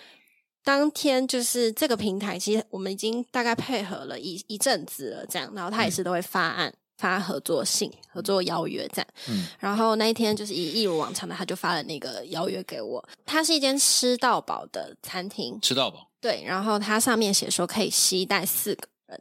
当天就是这个平台，其实我们已经大概配合了一一阵子了，这样，然后嗯他也是都会发案、发合作信、合作邀约这样。嗯然后那一天就是一一如往常的，他就发了那个邀约给我。它是一间吃到饱的餐厅，吃到饱，对，然后它上面写说可以吸带四个人，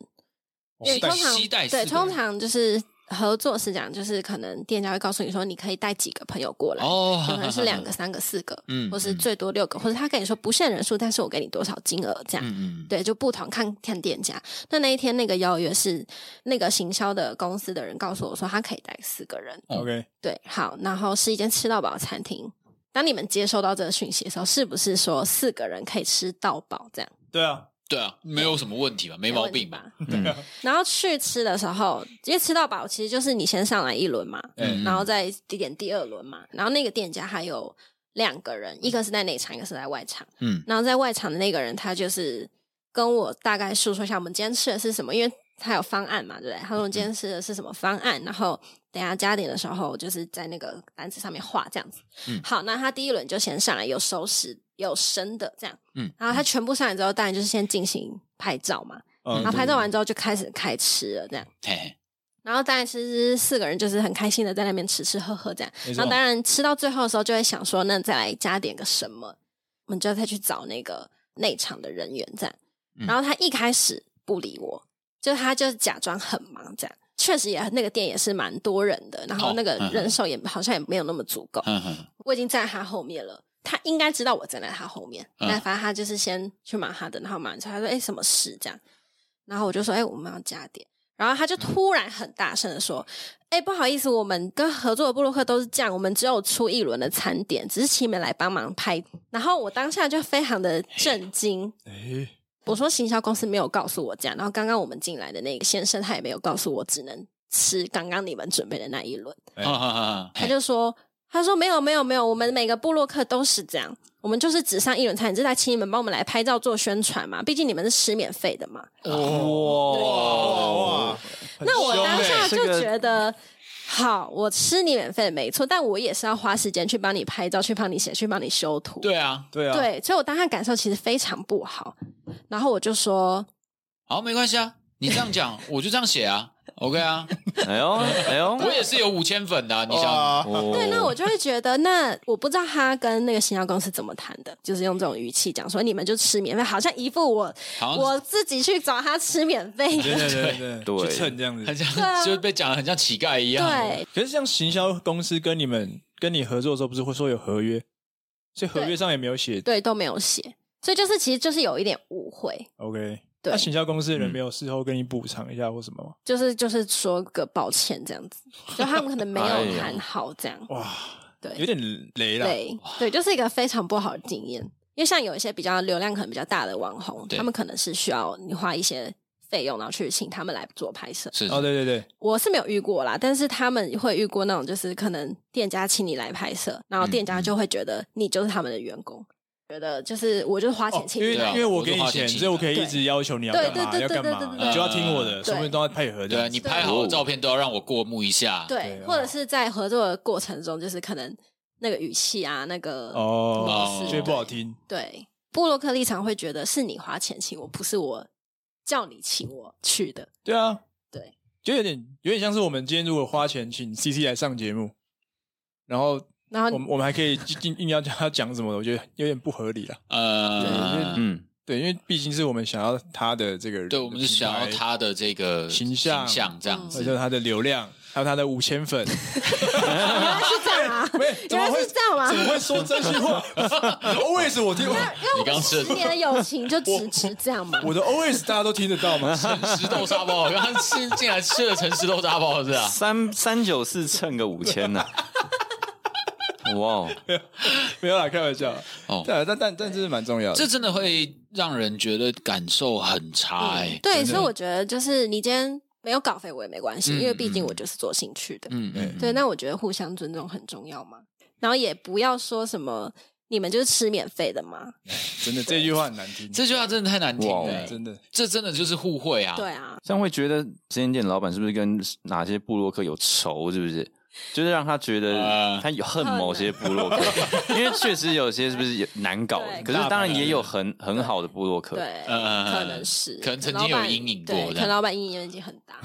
因为哦带通常吸带四个对，人通常就是合作是讲，就是可能店家会告诉你说你可以带几个朋友过来，哦可能 是两个、三个、四个，嗯或是最多六个，或者他跟你说不限人数，但是我给你多少金额这样。嗯嗯，对，就不同看看店家。那那一天那个邀约是那个行销的公司的人告诉我说，他可以带四个人。 OK，对，好，然后是一间吃到饱的餐厅。当你们接收到这个讯息的时候，是不是说四个人可以吃到饱这样？对啊，对啊，没有什么问题吧？没毛问题病吧？嗯吧？ 然后去吃的时候，因为吃到饱其实就是你先上来一轮嘛，嗯然后再点第二轮嘛。然后那个店家还有两个人，一个是在内场，一个是在外场。嗯然后在外场的那个人，他就是跟我大概述说一下我们今天吃的是什么，因为他有方案嘛，对不对？他说我今天嗯吃的是什么方案，然后等一下加点的时候，就是在那个单子上面画这样子。嗯好，那他第一轮就先上来有熟食，有生的这样，嗯然后他全部上来之后，当然就是先进行拍照嘛。嗯然后拍照完之后就开始开吃了，这样。嘿嘿，然后当然，其实四个人就是很开心的在那边吃吃喝喝这样。没错然后当然吃到最后的时候，就会想说，那再来加点个什么？我们就要再去找那个内场的人员这样。嗯然后他一开始不理我，就他就假装很忙这样。确实也那个店也是蛮多人的，然后那个哦嗯人手也好像也没有那么足够。嗯嗯我已经站在他后面了，他应该知道我站在他后面。嗯那、反正他就是先去忙他的，然后忙完之后他说：“哎、什么事？”这样，然后我就说：“哎、我们要加点。”然后他就突然很大声的说：“哎、不好意思，我们跟合作的布洛克都是这样，我们只有出一轮的餐点，只是请你们来帮忙拍。”然后我当下就非常的震惊，哎，我说行销公司没有告诉我这样，然后刚刚我们进来的那个先生他也没有告诉我，只能吃刚刚你们准备的那一轮。哎嗯嗯嗯嗯，他就说：“他说没有没有没有，我们每个部落客都是这样。”我们就是只上一轮餐饮，这来请你们帮我们来拍照做宣传嘛，毕竟你们是吃免费的嘛。哇哇！那我当下这就个觉得，好，我吃你免费没错，但我也是要花时间去帮你拍照，去帮你写，去帮你修图。对啊，对啊，对，所以我当下感受其实非常不好。然后我就说，好，没关系啊，你这样讲，我就这样写啊，OK 啊，哎呦哎呦，我也是有五千粉的啊、你想，哇哦对，那我就会觉得，那我不知道他跟那个行销公司怎么谈的，就是用这种语气讲说，你们就吃免费，好像一副我好像我自己去找他吃免费。对对对对对去蹭这样很子。像，啊就是被讲的很像乞丐一样。哦对，可是像行销公司跟你们跟你合作的时候，不是会说有合约，所以合约上也没有写。对，都没有写，所以就是其实就是有一点误会， OK，对那行销公司的人嗯没有事后跟你补偿一下或什么吗？就是就是说个抱歉这样子，就他们可能没哎有呀谈好这样，哇，对有点雷啦。对对，就是一个非常不好的经验。因为像有一些比较流量可能比较大的网红，对他们可能是需要你花一些费用，然后去请他们来做拍摄。是哦，对对对，我是没有遇过啦，但是他们会遇过那种，就是可能店家请你来拍摄，然嗯后店家就会觉得你就是他们的员工，觉得就是我就是花哦钱，请因你为来。对啊因为我给我你都花钱钱，请所以我可以的一直要求你要对干嘛对要对干对嘛，对对你就要听我对的，说明都要配合对啊，的。你拍哦好的照片都要让我过目一下。对，对或者是在合作的过程中，就是可能那个语气啊，那个哦是，觉得不好听。对，布洛克立场会觉得是你花钱请我，不是我叫你请我去的。对啊，对，就有点有点像是我们今天如果花钱请 CC 来上节目，然后然后我们我们还可以硬硬要叫他讲什么的，我觉得有点不合理了。呃，嗯，对，因为毕竟是我们想要他的这个人，对，我们是想要，他的这个形象形象这样还有子。他的流量，还有他的五千 粉，原来是这样 啊，怎原么来会是这样怎么吗？会说真心话 ？always 我听因为你我刚们吃十年的友情就只值这样嘛。我的 always 大家都听得 到吗？石豆沙包，我刚刚吃进来吃了成石豆沙包是 啊，三三九四蹭个五千 呢，哇哦，没有啦，开玩笑。哦对啊，但但但这是蛮重要的。这真的会让人觉得感受很差哎。嗯对，所以我觉得就是你今天没有稿费我也没关系，嗯因为毕竟我就是做兴趣的。嗯嗯，对，那我觉得互相尊重很重要嘛。然后也不要说什么你们就是吃免费的嘛。真的这句话很难听，这句话真的太难听哇哦了，真的这真的就是互惠啊。对啊，这样会觉得这间店老板是不是跟哪些部落客有仇？是不是？就是让他呃觉得他有恨某些部 落客，因为确实有些是不是有难搞的对，可是当然也有很很好的部落客。对，呃可能是，可能曾老经有板阴影过对这可样能老板阴影已经很大。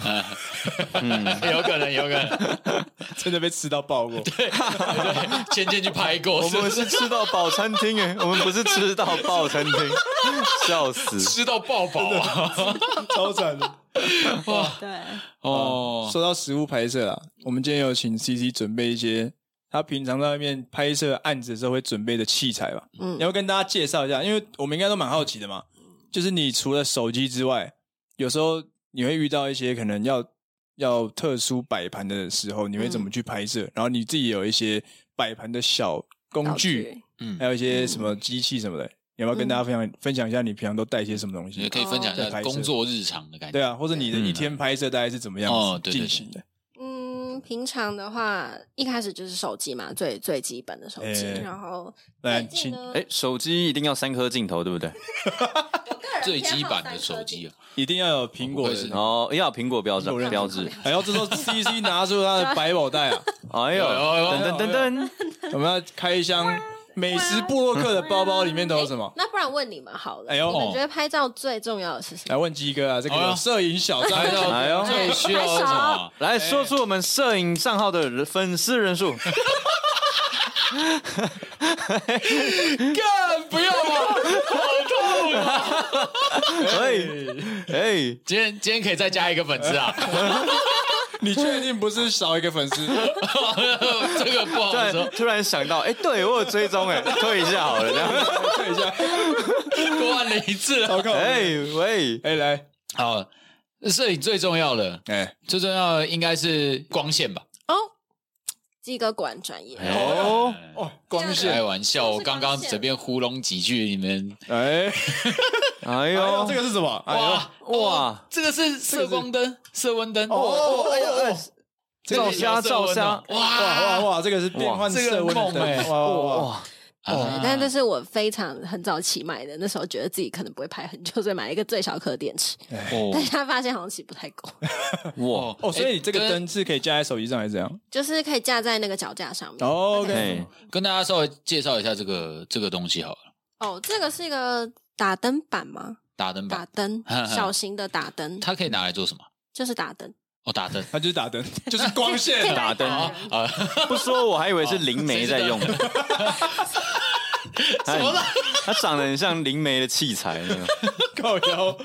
有可能，有可 能，真的被吃到爆过。对，前天去拍过，我是不们是是吃到饱餐厅哎，我们不是吃到爆餐厅， 笑死！吃到爆饱啊！ 超惨的。对，哦，嗯说到食物拍摄啦，我们今天有请 CC 准备一些他平常在外面拍摄案子的时候会准备的器材吧。嗯你要不要跟大家介绍一下，因为我们应该都蛮好奇的嘛。就是你除了手机之外，有时候你会遇到一些可能要要特殊摆盘的时候，你会怎么去拍摄？然后你自己有一些摆盘的小工道具，还嗯，有一些什么机器什么的，你要不要跟大家分享、分享一下你平常都带些什么东也西？可以分享一哦下工作日常的感对觉。啊，或者你的嗯一天拍摄大概是怎么样哦子对对进对行的？嗯，平常的话，一开始就是手机嘛，最最基本的手机。哎然后来最近呢，哎，手机一定要三颗镜头，对不对？哎最基本的手机啊，一定要有苹果我不会是的，然后哦要有苹果标志苹果认证标志，还要这时候 CC 拿出他的百宝袋啊，哎呦，有有有哎噔噔噔噔，我们要开一箱美食布洛克的包包，里面都有什么？哎那不然问你们好了，哎呦你们哦觉得拍照最重要的是什来么？问鸡哥啊，这个哎有呦摄影小啊张拍照的，哎呦啊最需要是什么？来说出我们摄影账号的人粉丝人数，干，不要啊！好痛啊！哎哎，今天今天可以再加一个粉丝 啊，你确定不是少一个粉 丝？这个不好突然说，突然想到，哎，对我有追踪，哎，退一下好了，这 样，看一下，多按了一次啊。糟糕！哎哎喂，哎，来，好，摄影最重要的，哎，最重要的应该是光线吧？哦，鸡哥果然专业。哎哦，哦，光开线，玩笑，我刚刚随便糊弄几句，你们哎，哎哎呦，呦这，个是什么？哎呦，哇哦哇，这个是射光灯，射温灯哦，哎呦，这个照瞎有色温照瞎哦哇哇哇哇，这个是变换这个色温的很猛哎灯，哇哇哇！哇，啊但这是我非常很早期买的，那时候觉得自己可能不会拍很久，所以买了一个最小颗的电池。但哦现在发现好像其实不太够，哇哦，所以你这个哎灯是可以架在手机上还是怎样？就是可以架在那个脚架上面。哦，OK。哎，跟跟大家稍微介绍一下这个这个东西好了，哦，这个是一个打灯板吗？打灯打板，，灯 小型的打灯，它可以拿来做什么？就是打灯，哦，打灯 它就是打灯，就是光线可以打灯啊人哦啊！不说我还以为是灵媒在 用，哎什么啦它长得很像灵媒的器材， 那个靠腰，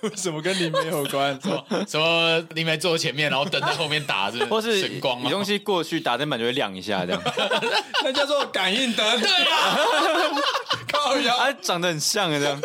为什么跟你没有关？ 什么你们坐前面，然后灯在后面打， 是不是或是神光啊有吗？东西过去打灯板就会亮一下 这样， 那叫做感应灯。对啊， 靠腰它啊长得很像的这样，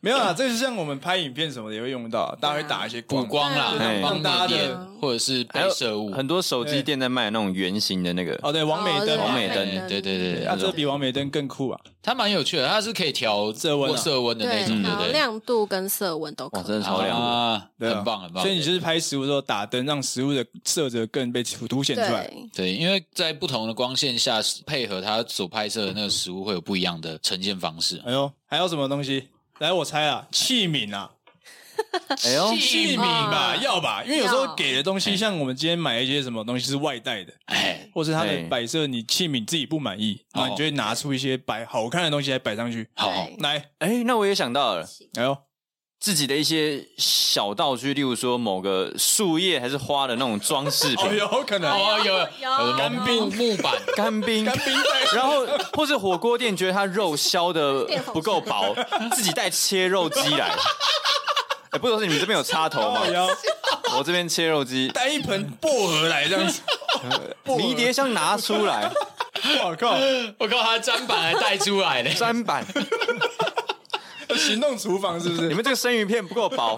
没有啊，这是像我们拍影片什么的也会用到，大家会打一些补光光啦，对帮让大你家的点，或者是还有被射物。很多手机店在卖那种圆形的那个，哦，对，王美哦对灯，王美对灯对对对对对，啊，那这种比王美灯更酷啊！它蛮有趣的，它是可以调色温啊或色温的那对种，，对然不后对？亮度跟色温都可哇，以。真的超亮的，啊，对啊很棒很棒。所以你就是拍食物的时候打灯，让食物的色泽更被凸显出来。对，对，因为在不同的光线下，配合它所拍摄的那个食物，会有不一样的呈现方式。哎呦，还有什么东西？来，我猜啊，器皿啊，哎呦，器皿吧，啊要吧，因为有时候要给的东西，像我们今天买一些什么东西是外带的，哎，或是它哎的摆设，你器皿自己不满意，然后你就会拿出一些摆好看的东西来摆上去。好对来，哎，那我也想到了。哎呦，自己的一些小道具，例如说某个树叶还是花的那种装饰 哦，品，有可能哦，有有什干么冰木木板，干冰，干冰 袋，然后或是火锅店觉得它肉削的电风扇不够薄，自己带切肉机 来。哎，不都是你们这边有插头吗哦？有我这边切肉机，带一盆薄荷来这样子。薄荷迷迭香拿出来，我靠， 我靠，它的砧板还带出来嘞！砧板，行动厨房是不你是？们这个生鱼片不够薄，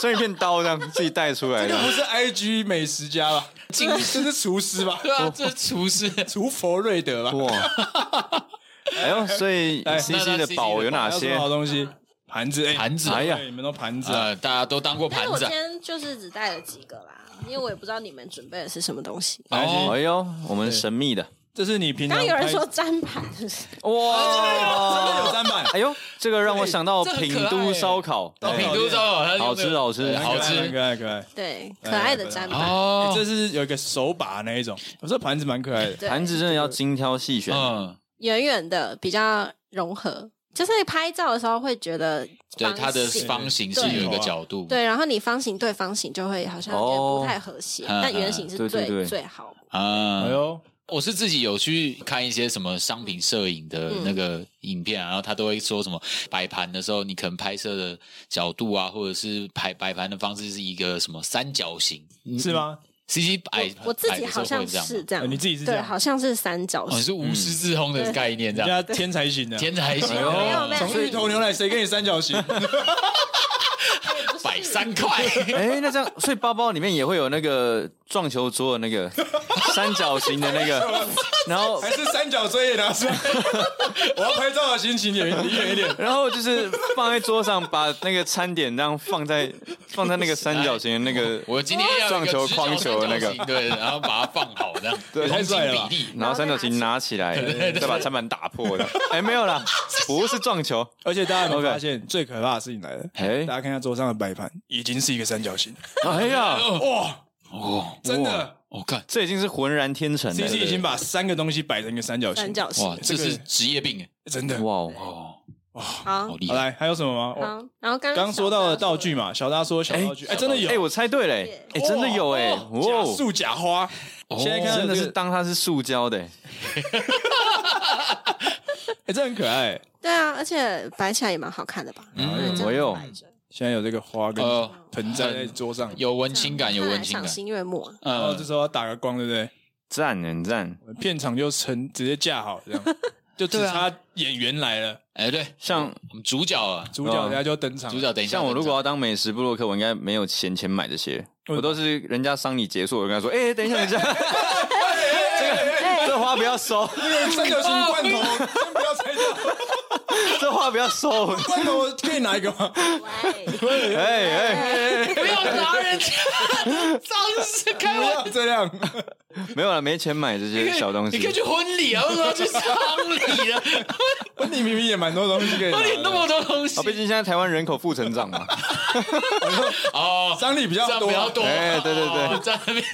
生鱼片刀这样自己带出来这的个。不是 IG 美食家吧？这 这是厨师吧？ 对啊，这厨 师厨佛瑞德吧？哇！哎呦，所以哎 C C 那的 CC 宝的有还哪有什些么？好东西？盘子，哎盘子哎呀对你们都盘子啊，呃，大家都当过但盘哎是我子今啊，天就是只带了几个啦，因为我也不知道你们准备的是什么东西。没关系哎呦，我们神秘的这是你平刚常刚有人拍哦说粘盘，是不是？真的有哇！砧板，哎呦，这个让我想到品都烧烤，哦这很可爱品都烧烤，它用好吃那个好吃对好很吃哎可爱，很可爱。对，可爱的粘盘。哎哦，这是有一个手把那一种，我这盘子蛮可爱的。对盘子真的要精挑细选。嗯，圆圆的，比较融合，就是拍照的时候会觉得对，它的形方形是有一个角度，啊对，然后你方形对方形就会好像有点哦不太和谐，嗯但圆形是对最对对最好。啊，哎呦，我是自己有去看一些什么商品摄影的嗯那个影片、啊，然后他都会说什么摆盘的时候，你可能拍摄的角度啊，或者是摆摆盘的方式是一个什么三角形，是吗？ C C 摆我自己好摆像的时候会是这样吗呃这样，你自己是这对，样好像是三角哦，你形。是无师自通的概念这人样，家天才型的，天才型哦哎呦嗯没有没有从芋头牛奶谁给你三角形？摆三 块，哎，那这样，所以包包里面也会有那个撞球桌的那个三角形的那个，然后还是三角锥也拿出来？我要拍照的心情也离远一点。然后就是放在桌上，把那个餐点这样放在放在那个三角形的那个，我今天要有一个撞球直角框球的那个三角形对，然后把它放好这样， 对同太帅心了吧比例，然后三角形拿起来，再把餐板打破的。哎，没有啦，不是撞球，而且大家有没有 OK 发现最可怕的事情来了？哎大家看一下桌上的摆盘，已经是一个三角形。哎呀，哇，哦，真的我、看这已经是浑然天成，C 了。 C 已经把三个东西摆成一个三角形。三角形哇，，这这个是职业病欸真的。哇哦，哦，好好，厉好害，来，还有什么吗？好我，然后刚哦刚说到的道具，嘛，小大说小道具，哎，真的有，哎，我猜对嘞，哎，真的有哎，哇假哦，树假花，哦现在看到真的这是个当它是塑胶的，哎，这很可爱。对啊，而且摆起来也蛮好看的吧？嗯我有现在有这个花跟呃盆栽在桌上，有温馨感，有看来温馨赏感，心悦目啊。然哦后嗯，这时候要打个光，对不对？赞欸很赞。片场就成直接架好，这 样就只对啊差演员来了，哎，对，像我们主角啊，主角等下就登场。主角等一下，像我如果等要当美食部落客，我应该没有闲钱买这些，我都是人家丧礼结束，我就跟他说：“哎，等一下，等一下，这个这花不要收， 三角形罐头，哦先不要拆掉，这花不要收。 罐头可以拿一个吗？喂，哎”哎一下不要拿人家丧尸开不玩要这样，没有了，没钱买这些小东西你可以。去婚礼啊，为什么要去丧礼呢？你明明也蛮多东西可以拿婚礼那的，么多东西啊，毕竟现在台湾人口负成长嘛，哦，丧礼比这样较比多较啊。多。哎对对对哦在那边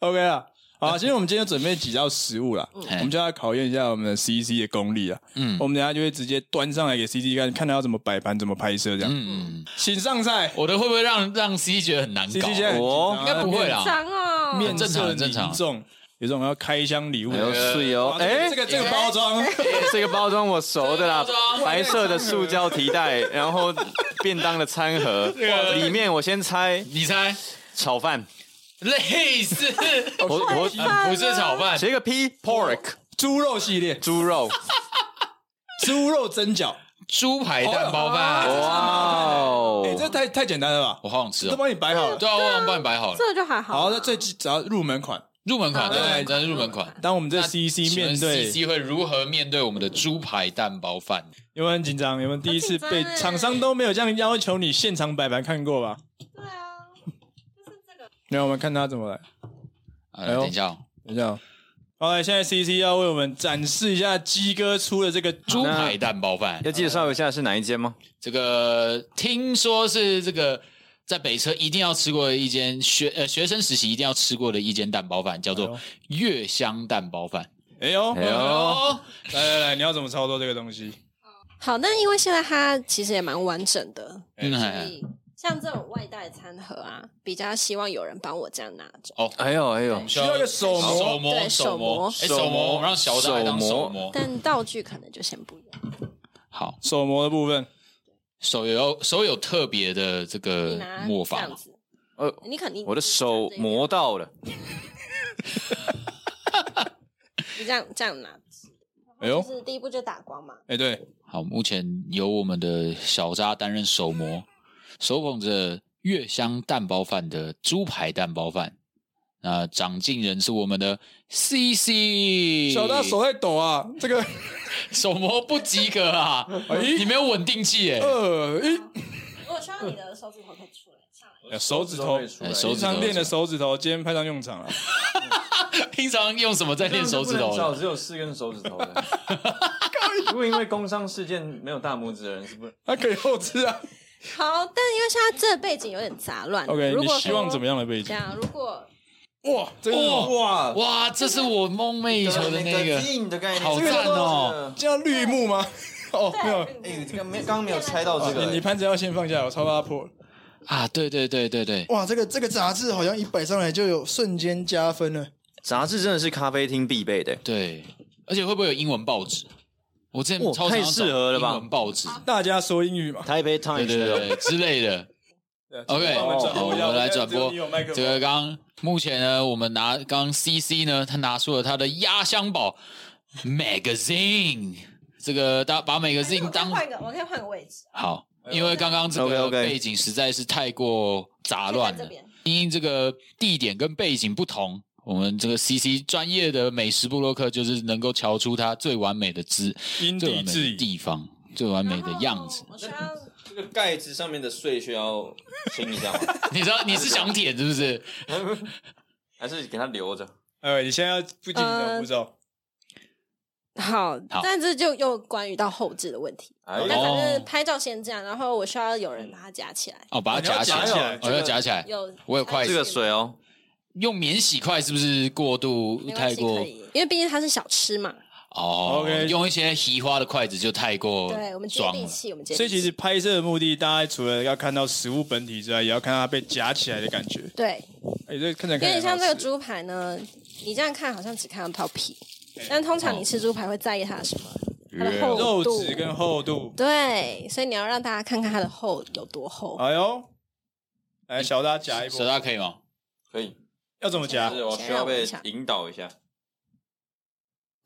OK 啊，好啊，其实我们今天准备几道食物啦，我们就要考验一下我们的 CC 的功力啊。嗯我们等一下就会直接端上来给 CC 看，看他要怎么摆盘、怎么拍摄这样。嗯，请上菜。我的会不会让让 C 觉得很难 CC 搞？现在很紧哦张啊应该不会，啦，长哦，面正常色很正常凝重，有种要开箱礼物哎的。呦是哇哦，这个哎这，个这个包装，这个包装我熟 的啦这个啊包，装白色的塑胶提袋，然后便当的 餐盒，里面我先猜你猜炒饭，类似？我我呃不是哦炒饭，写一个 P pork 猪肉系列，猪肉，猪肉蒸哦饺。猪排蛋包哇饭。 哦哎，，这太太简单了吧？我好想吃都哦！帮你摆好了。对啊，我好像帮你摆好了这，个就还好。好，那最基只要入门款。入门款，好对对哎对，这是入门款。当我们这那 CC 面对， CC 会如何面对我们的猪排蛋包饭？有没有很紧张？有没有第一次被很紧张欸厂商都没有这样要求你现场摆盘看过吧？对啊，就是这个。那我们看他怎么来。呃，哎呦等一下哦，等一下哦，好来，现在 C C 要为我们展示一下鸡哥出的这个猪猪排蛋包饭要，呃介绍一下是哪一间吗？这个听说是这个在北车一定要吃过的一间学呃学生时期一定要吃过的一间蛋包饭，叫做月香蛋包饭。哎呦，哎呦哦，来来来，你要怎么操作这个东西？好，那因为现在它其实也蛮完整的，嗯，所哎以像这种外带餐盒啊，比较希望有人帮我这样拿着。哎呦哎呦，需要一个手模哦手模，对手手模，模哎手模，我让小的来当手手模。但道具可能就先不用。好，手模的部分，手有手有特别的这你个拿魔这法样，子，呃，你肯定我的手，磨到了，你这样这样拿，哎呦就，是第一步就打光嘛。哎对，好，目前由我们的小扎担任手模，手捧着月香蛋包饭的猪排蛋包饭。那掌镜人是我们的 C C，小大手在抖啊，这个手模不及格 啊！哎你没有稳定器耶、呃二一，我需要你的手指头可以出来，上来。手指头，哎手平指头常练的手指头，今天派上用场了。平常用什么在练手指头的？只有四根手指头 的。如果因为工伤事件没有大拇指的人是不他可以后置啊。好，但因为现在这背景有点杂乱。 OK，如你果希望怎么样？样的背这景？样，如果哇，这个是什么哇哇，这是我梦寐以求的那个，哦的概好赞哦！这叫绿幕吗？ 哦，没有。啊哎，嗯你这个没刚刚没有猜到这你你个，盘子要先放下，我超怕它破。啊！对对对对对，哇，这个这个杂志好像一摆上来就有瞬间加分了。杂志真的是咖啡厅必备的。对，而且会不会有英文报纸？我之前哇超常哦太适合了吧啊英文报纸，大家说英语嘛？台北对 Times 对 对对之类的。OK，我们转播一下我们来转播只有你有麦克 风这个刚目前呢，我们拿刚 CC 呢，他拿出了他的压箱宝 Magazine，这个大把 Magazine 我可以当换一个，我可以换个位置，好，因为刚刚这个 OK，OK 背景实在是太过杂乱就在了这，边。因这个地点跟背景不同，我们这个 CC 专业的美食布洛克就是能够瞧出它最完美的姿、因最地完美制的宜。地方、嗯最完美的样子然后。我需要这个盖子上面的碎屑要清一下吗？你知道你是想舔是不是？ 还是给它留着？哎，你现在要不进行的步骤，好，好但这就又关于到后置的问题。哎那反正拍照先这样，然后我需要有人把它夹起来，哦，把它你夹要起来，夹起来我、这要个夹起来。有我有筷这子个水哦，用免洗筷是不是过度没关太系过可？以，因为毕竟它是小吃嘛。哦 OK 用一些移花的筷子就太过对，我们接哦装地了。气，我们接地气。所以其实拍摄的目的，大家除了要看到食物本体之外，也要看到它被夹起来的感觉。对，哎，这看起来有有点像这个猪排呢，你这样看好像只看得到皮，但通常你吃猪排会在意它的什么？它的厚肉度。质跟厚度。对，所以你要让大家看看它的厚有多厚。哎呦，来小大夹一手波，大可以吗？可以。要怎么夹但？是我需要被引导一下。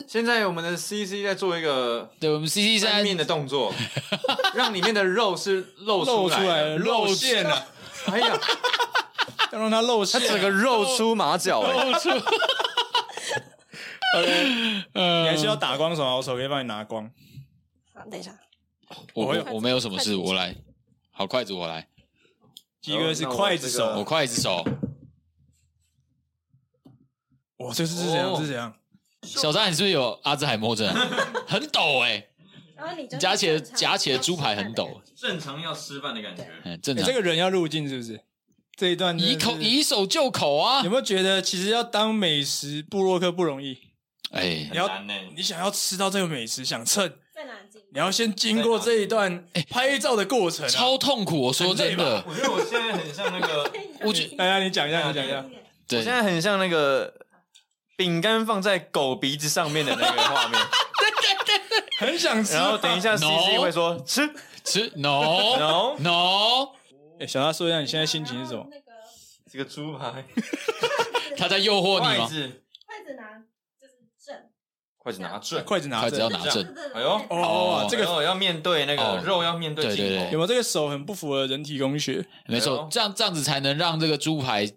现在我们的 CC 在做一个对，我们 CC 翻三面的动 作，让里面的肉是露露出来来了，的。露馅了，哎呀，要让它露它馅。整个肉出马脚哎！你还是要打光手啊，我手可以帮你拿哦光。好，等一下，我哎呦我我没有什么筷事，子我来。好，筷子我来，鸡哥是刽子手，我筷子手。哇，这是是怎样？哦这是怎样？小张，你是不是有阿兹海默症啊？ 很陡哎、然后你就夹起来夹起来猪排很陡，正常要吃饭的感觉。嗯，正你、常。哎欸这个嗯人要入境是不是？这一段真的以口是以手就口啊有！没有觉得其实要当美食部落客不容易？哎你，要很难欸你想要吃到这个美食，想蹭，在哪进？你要先经过这一段拍照的过程、啊。哎超痛苦，我说真很累的，我觉得我现在很像那个，我觉来哎来，你讲一下，你讲一下。对我现，在很像那个饼干放在狗鼻子上面的那个画 面。哎很想吃。然后等一下 No ，C C 会说吃吃 no ，no， no，欸小大说一下你现在心情是什么？那个这个猪排他在诱惑你筷吗？子，筷子拿就是正，筷子拿正，筷子拿筷子着要。拿正，哎呦哦哦，这这个个要面对那哦个肉要面对对对镜有头，没有这个手很不符合人体工学？没哎错呦，这样这样子才能让这个猪排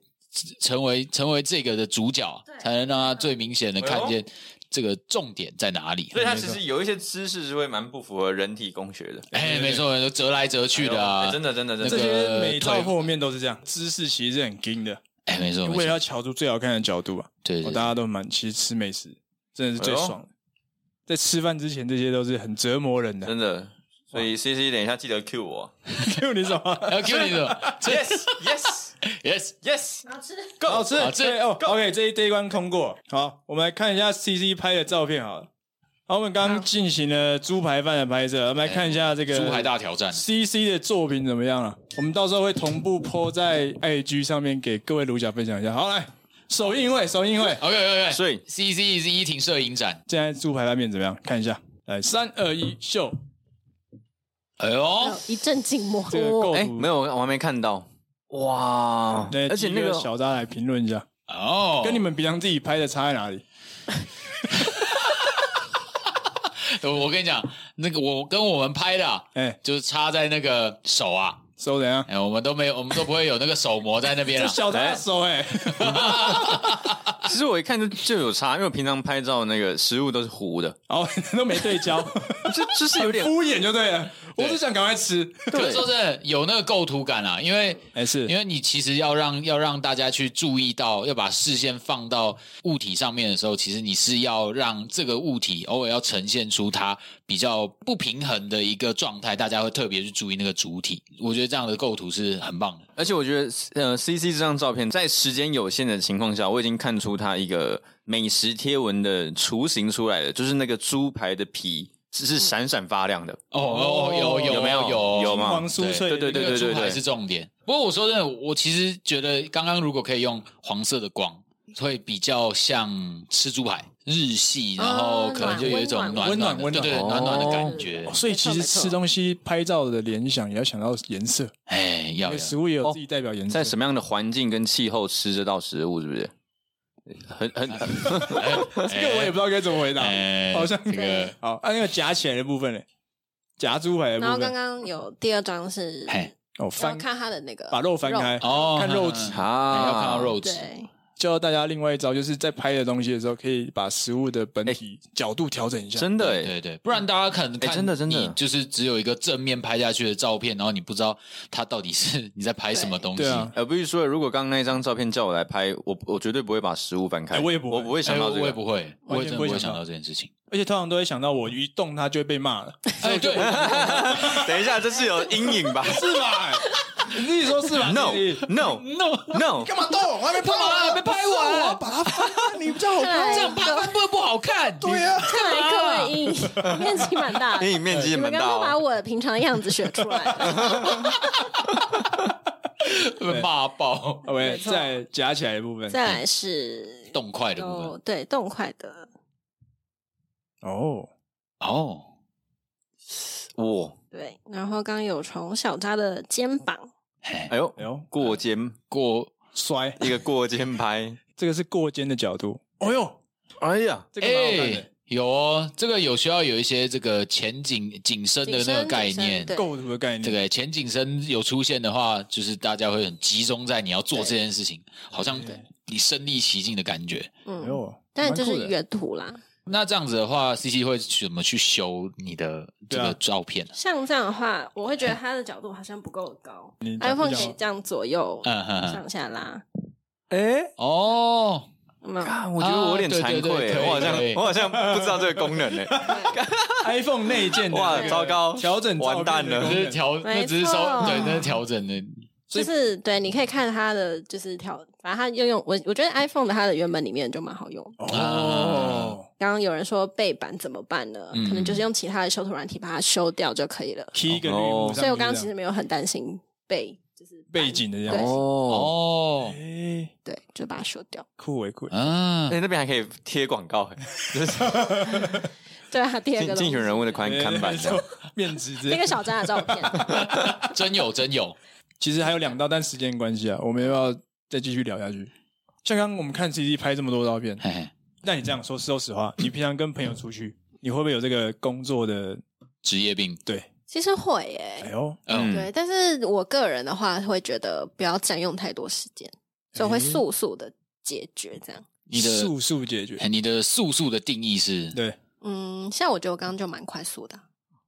成为成为这个的主角，才能让他最明显哎的看见这个重点在哪里所。以它其实有一些姿势是会蛮不符合人体工学的。哎，没错，没错，折来折去的哎啊，真的真的真那这的。些个美照腿后面都是这样，姿势其实是很硬的，哎，没错，为没错，了要瞧出最好看的角度吧。对哦对大对，家都蛮，其实吃美食真的是最哎呦爽的。在吃饭之前，这些都是很折磨人的。真的。所以 C C 等一下记得 Q 我。 Q 你什么？要哎 Q 你 的 Yes Yes ，yes， Yes，然后吃好吃，好吃对哦。OK，这一这一关通过。好，我们来看一下 CC 拍的照片好了。好，我们刚刚进行了猪排饭的拍摄，我们来看一下这嗯个哎猪排大挑战， CC 的作品怎么样了？我们到时候会同步 po 在 IG 上面给各位卢角分享一下。好，来首映会，首映会， OK OK OK， 所以 C C 是一庭摄影展，现在猪排拌面怎么样？看一下，来三二一，秀！哎呦，哦一阵静默。哦这个构哎，图，没有，我还没看到。哇对，而且几那个小扎来评论一下，哦，跟你们平常自己拍的差在哪里？我我跟你讲，那个我跟我们拍的、啊，哎，就是插在那个手啊，手怎样？哎、我们都没有，我们都不会有那个手模在那边 这啊。小扎的手哎，其实我一看就就有差，因为我平常拍照那个食物都是糊的，哦， 都没对焦，这这是 有很点敷衍就对了。我只想赶快吃，可是说真的，有那个构图感啊，因为哎是因为你其实要让要让大家去注意到，要把视线放到物体上面的时候，其实你是要让这个物体偶尔要呈现出它比较不平衡的一个状态，大家会特别去注意那个主体。我觉得这样的构图是很棒的。而且我觉得，呃，C C 这张照片在时间有限的情况下，我已经看出它一个美食贴文的雏形出来了，就是那个猪排的皮是嗯是闪闪发亮的。哦哦，有有有没有有有金吗黄酥脆，对对对那对个对猪排对是重点。不过我说真的，我其实觉得刚刚如果可以用黄色的光，会比较像吃猪排，日系，然后可能就有一种暖温暖的温暖对对哦暖暖的感觉哦。所以其实吃东西拍照的联想也要想到颜色，哎，因要为要食物也有自己代表颜色。哦在什么样的环境跟气候吃这道食物，是不是？呃很很这个我也不知道该怎么回答，哎好像这个好，啊，那个夹起来的部分呢？夹猪排的然后部刚分，刚有第二张是哎哦，要翻看他的那个把肉翻开，哦，看肉质质，哎 啊，要看到肉质。对，教大家另外一招，就是在拍的东西的时候，可以把食物的本体角度调整一下。真的哎、对对，不然大家可能哎看真的真的你就是只有一个正面拍下去的照片，然后你不知道它到底是你在拍什么东西。对啊，呃，不是说，如果刚刚那张照片叫我来拍，我我绝对不会把食物翻开，哎我也不会 我不会想哎到我这个，我也不会，我也真的不完全不会会想想到到这件事情。而且通常都会想到我一动它就会被骂了，哎，对， 等一下，这是有阴影吧 是吧？你自己说是吧？No 弟弟 No No No，干嘛动？我还没拍完，还没拍完，我要把它翻开，你比较 好看。哦这样拍会不会不好看？对啊，看来各位阴面积蛮 大的，阴影面积也你们刚蛮大刚把哦。我平常的样子学出来 了， 被骂爆。 OK，没错再夹起来的部分。再来是动块的部有分。对动快的，哦，哦，哇，对，然后刚刚有从小扎的肩膀，哎呦哎，呦，过肩过摔，一个过肩拍，这个是过肩的角度。哦呦，哎呀，这个蛮好看哎的，，有哦，这个有需要有一些这个前景景深的那个概景念深。对构图的概念。哎这个前景深有出现的话，就是大家会很集中在你要做这件事情，好像你身临其境的感觉。哎嗯，呦，但就蛮酷是的原图啦，那这样子的话，C C 会怎么去修你的这对个啊照片？像这样的话，我会觉得它的角度好像不够高你讲，iPhone 嗯嗯你可讲以这样左右嗯哼哼，上下拉，哎，哦，嗯，啊，我觉得我有点惭对对愧，对我好像可以我好像不知道这个功能呢。欸 iPhone 内建的哇那，个糟糕，调整完蛋照那片的只功能了。是调，那只是收，没错对，那是调整的。就是对，你可以看它的就是调，反正它应用我我觉得 iPhone 的它的原本里面就蛮好用。哦刚刚有人说背板怎么办呢？嗯可能就是用其他的修图软体把它修掉就可以了。 ，key 跟绿幕上面是这样，所以我刚刚其实没有很担心背，就是板背景的这样对哦，哦，哎，对，就把它修掉。 酷诶酷诶，啊而，哎且那边还可以贴广告，对啊，第二竞个竞选人物物的款看板这样。哎面值之那类个。小张的照片，真有真有，其实还有两道，但时间关系啊，我们要不要再继续聊下去？像刚刚我们看 C D 拍这么多照片，嘿嘿，那你这样说，说实话，你平常跟朋友出去，你会不会有这个工作的？职业病，对，其实会诶、哎呦，嗯，对，但是我个人的话会觉得不要占用太多时间，所以我会诶速速的解决这样。你的速速解决，哎你的速速的定义是，对，嗯，像我觉得我刚刚就蛮快速的啊，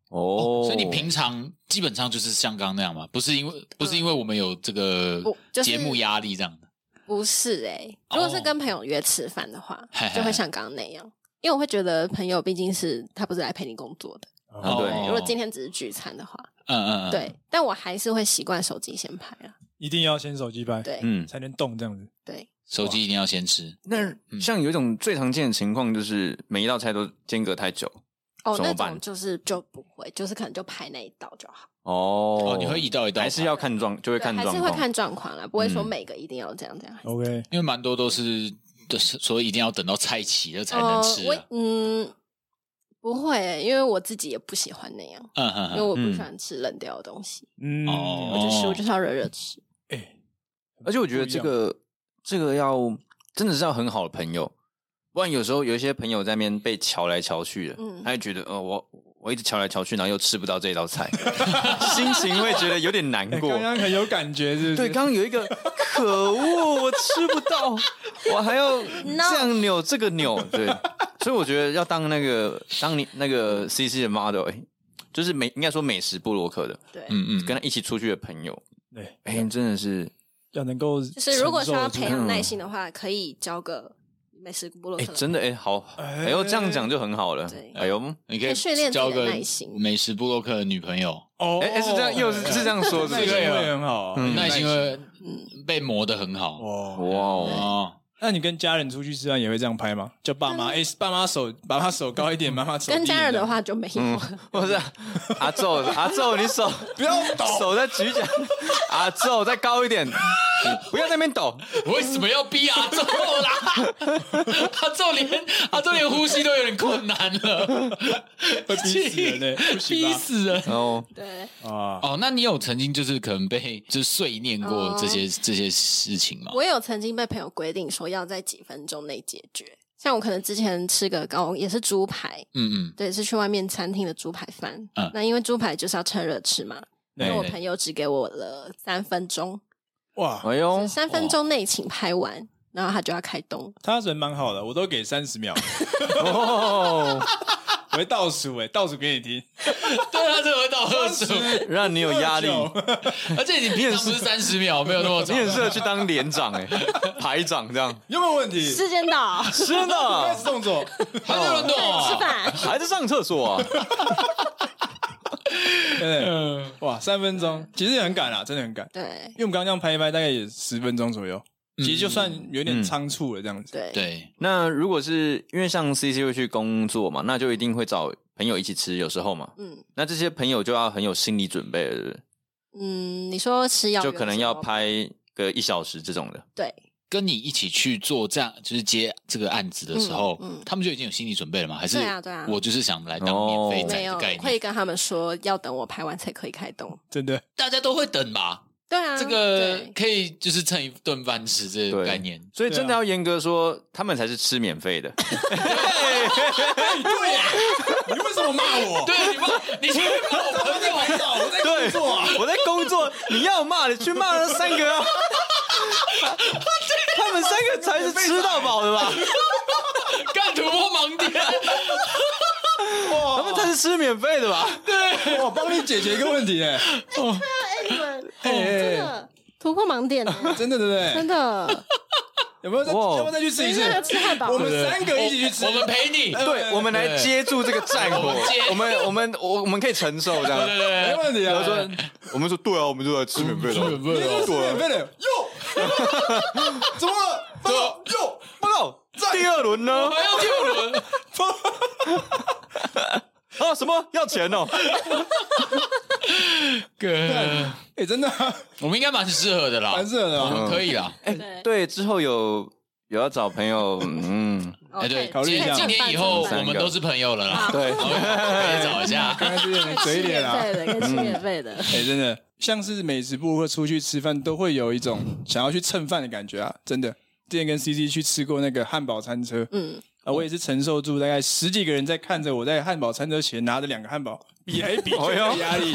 哦，所以你平常基本上就是像刚刚那样嘛，不是因为不是因为我们有这个不嗯就是节目压力这样的，不是诶、如果是跟朋友约吃饭的话，嘿嘿就会像刚刚那样，因为我会觉得朋友毕竟是他不是来陪你工作的。啊对哦如果今天只是聚餐的话，嗯嗯嗯，对，但我还是会习惯手机先拍了。一定要先手机拍，对嗯，才能动这样子。对，手机一定要先吃，那嗯像有一种最常见的情况就是每一道菜都间隔太久哦，怎么那办种就是就不会，就是可能就拍那一道就好。哦哦，你会一道一道还是要看状，就会看还状是会况，看状况啦，不会说嗯每个一定要这样这样。还是 OK，因为蛮多都是，就是所以一定要等到菜齐了才能吃哦我啊，嗯不会欸、因为我自己也不喜欢那样，嗯因为嗯我不嗯喜欢吃冷掉的东西，嗯，哦我觉得食物就是要热热吃。哎，而且我觉得这个这个要真的是要很好的朋友，不然有时候有一些朋友在那边被瞧来瞧去的，嗯他就觉得呃我我一直瞧来瞧去，然后又吃不到这道菜， 心情会觉得有点难哎过。刚刚很有感觉，是不是？对，刚刚有一个可恶，我吃不到，我还要这样扭这个扭，对，所以我觉得要当那个当你那个 CC 的 model，哎就是美应该说美食布洛克的，对，嗯嗯，跟他一起出去的朋友，对，哎、真的是要能够承受得就住，是如果想要培养嗯耐心的话，可以交个美食部落哎、客。真的哎、好，哎呦，这样讲就很好了对。哎呦，你可以训练自己交的个耐心美食布洛克的女朋友，哦，哎、哎是这样，又是是这样说，是耐不心是？会很好啊，嗯耐心会嗯被磨得很好哦。哇哦，哦。那你跟家人出去吃饭也会这样拍吗？叫爸妈，哎，爸妈手，爸妈手高一点，妈妈手低一点跟家人的，话就没嗯有，不是哦 阿宙，阿宙，你手 不要抖，手在举起来， 阿宙再高一点， 你不要在那边抖，为什么要逼阿宙啦？阿宙连阿宙连呼吸都有点困难了，会逼死人嘞， 不行逼吧？死人！然后对，啊，哦，那你有曾经就是可能被就是碎念过这些、这些事情吗？我有曾经被朋友规定说要在几分钟内解决，像我可能之前吃个高也是猪排，嗯对，是去外面餐厅的猪排饭。嗯那因为猪排就是要趁热吃嘛，对那我对朋友只给我了三分钟，哇，哎呦，三分钟内请拍完，然后他就要开动。他人蛮好的，我都给三十 秒，哦，我会倒数，哎，倒数给你听，嗯， 对啊，这会到二十，让你有压力，而且你平常不是三十秒，没有那么 你长。很适合去当连长 哎、排长这 样，有没有问题？时间 到，吃真开始的动作，还有人懂啊？饭。还在上厕所啊？ 对，嗯哇，三分钟其实也很赶啊，真的很赶， 对因为我们刚刚这样拍一拍，大概也十分钟左右，其实就算有点嗯仓促了这样子。对对，那如果是因为像 C C 会去工作嘛，那就一定会找朋友一起吃，有时候嘛，嗯那这些朋友就要很有心理准备了，对不对？嗯，你说吃药就可能要有什么拍个一小时这种的。对，跟你一起去做这样就是接这个案子的时候，嗯嗯他们就已经有心理准备了吗？还是对啊对啊我就是想来当免费仔没有哦的概会念，跟他们说要等我拍完才可以开动。真 的，大家都会等吧？对啊，这个对可以就是蹭一顿饭吃这个对概念。所以真的对啊要严格说，他们才是吃免费的。对呀，你为什么骂我？对，你不，你去骂我朋友，我在对，我在工作，你要骂你去骂那三个啊，他们三个才是吃到饱的吧？干突破盲点，他们才是吃免费的吧？ 我帮你解决一个问题，哎，哎你们哎真的突破盲点呢， 真的对不对？真的。有没有再哇要不要再去吃一次？那个吃汉堡我，们三个一起去吃，我们陪你。对，我们来接住这个战火对，我们我们我我们可以承受这样。对对没问题啊。说我们说对啊，我们就来吃免费的，免哎 这是免费的哟， 怎么了？报告哟，报告第二轮呢？还要救人， 啊，什么要钱哦？哥，哎，真的啊 我们应该蛮适合的啦，蛮适合的我啊。们可以啦。对哎对，之后有有要找朋友，嗯，哎，对，考虑一下今天以后我们都是朋友了啦，对，可以找一下。 刚才这些人嘴脸啊，对的，可以吃免 费的，哎，真的，像是美食部或出去吃饭，都会有一种想要去蹭饭的感觉啊，真的。之前跟 C C 去吃过那个汉堡餐车，嗯，啊，我也是承受住大概十几个人在看着我在汉堡餐车前拿着两个汉堡比来比去的压 力，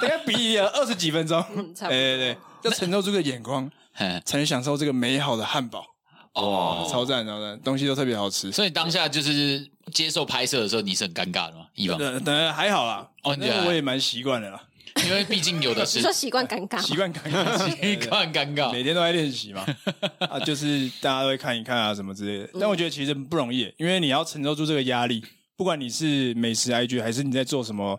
大概比了二十几分钟，差不多对对对，要承受住这个眼光，嘿才能享受这个美好的汉堡，哦，超赞超赞，东西都特别好吃。所以当下就是接受拍摄的时候，你是很尴尬的吗？以往，呃，当然还好啦，哦你还那我也蛮习惯 的啦，因为毕竟有的是 你说习惯尴尬习惯看看，你看尴尬每，天都在练 习嘛，啊，就是大家都会看一看啊什么之类的。嗯但我觉得其实不容易，因为你要承受住这个压力，不管你是美食 IG 还是你在做什么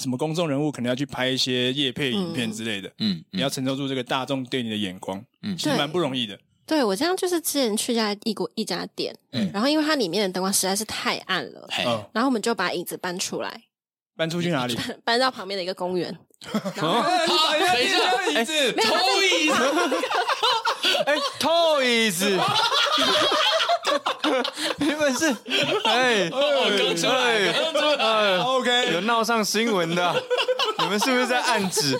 什么公众人物，可能要去拍一些夜配影片之类的，嗯，你要承受住这个大众对你的眼光，嗯其实蛮不容易的。对我这样就是之前去一家一国一家店，嗯然后因为它里面的灯光实在是太暗了，嘿，嗯，然后我们就把椅子搬出来，搬出去 哪里？啊搬到旁边的一个公园。 啊你把人家等一下店家的椅子偷椅子，哎，偷椅 子，你们是哎，我刚出来，刚出来，哎有，OK 闹上新闻的，啊 你们是不是在暗指？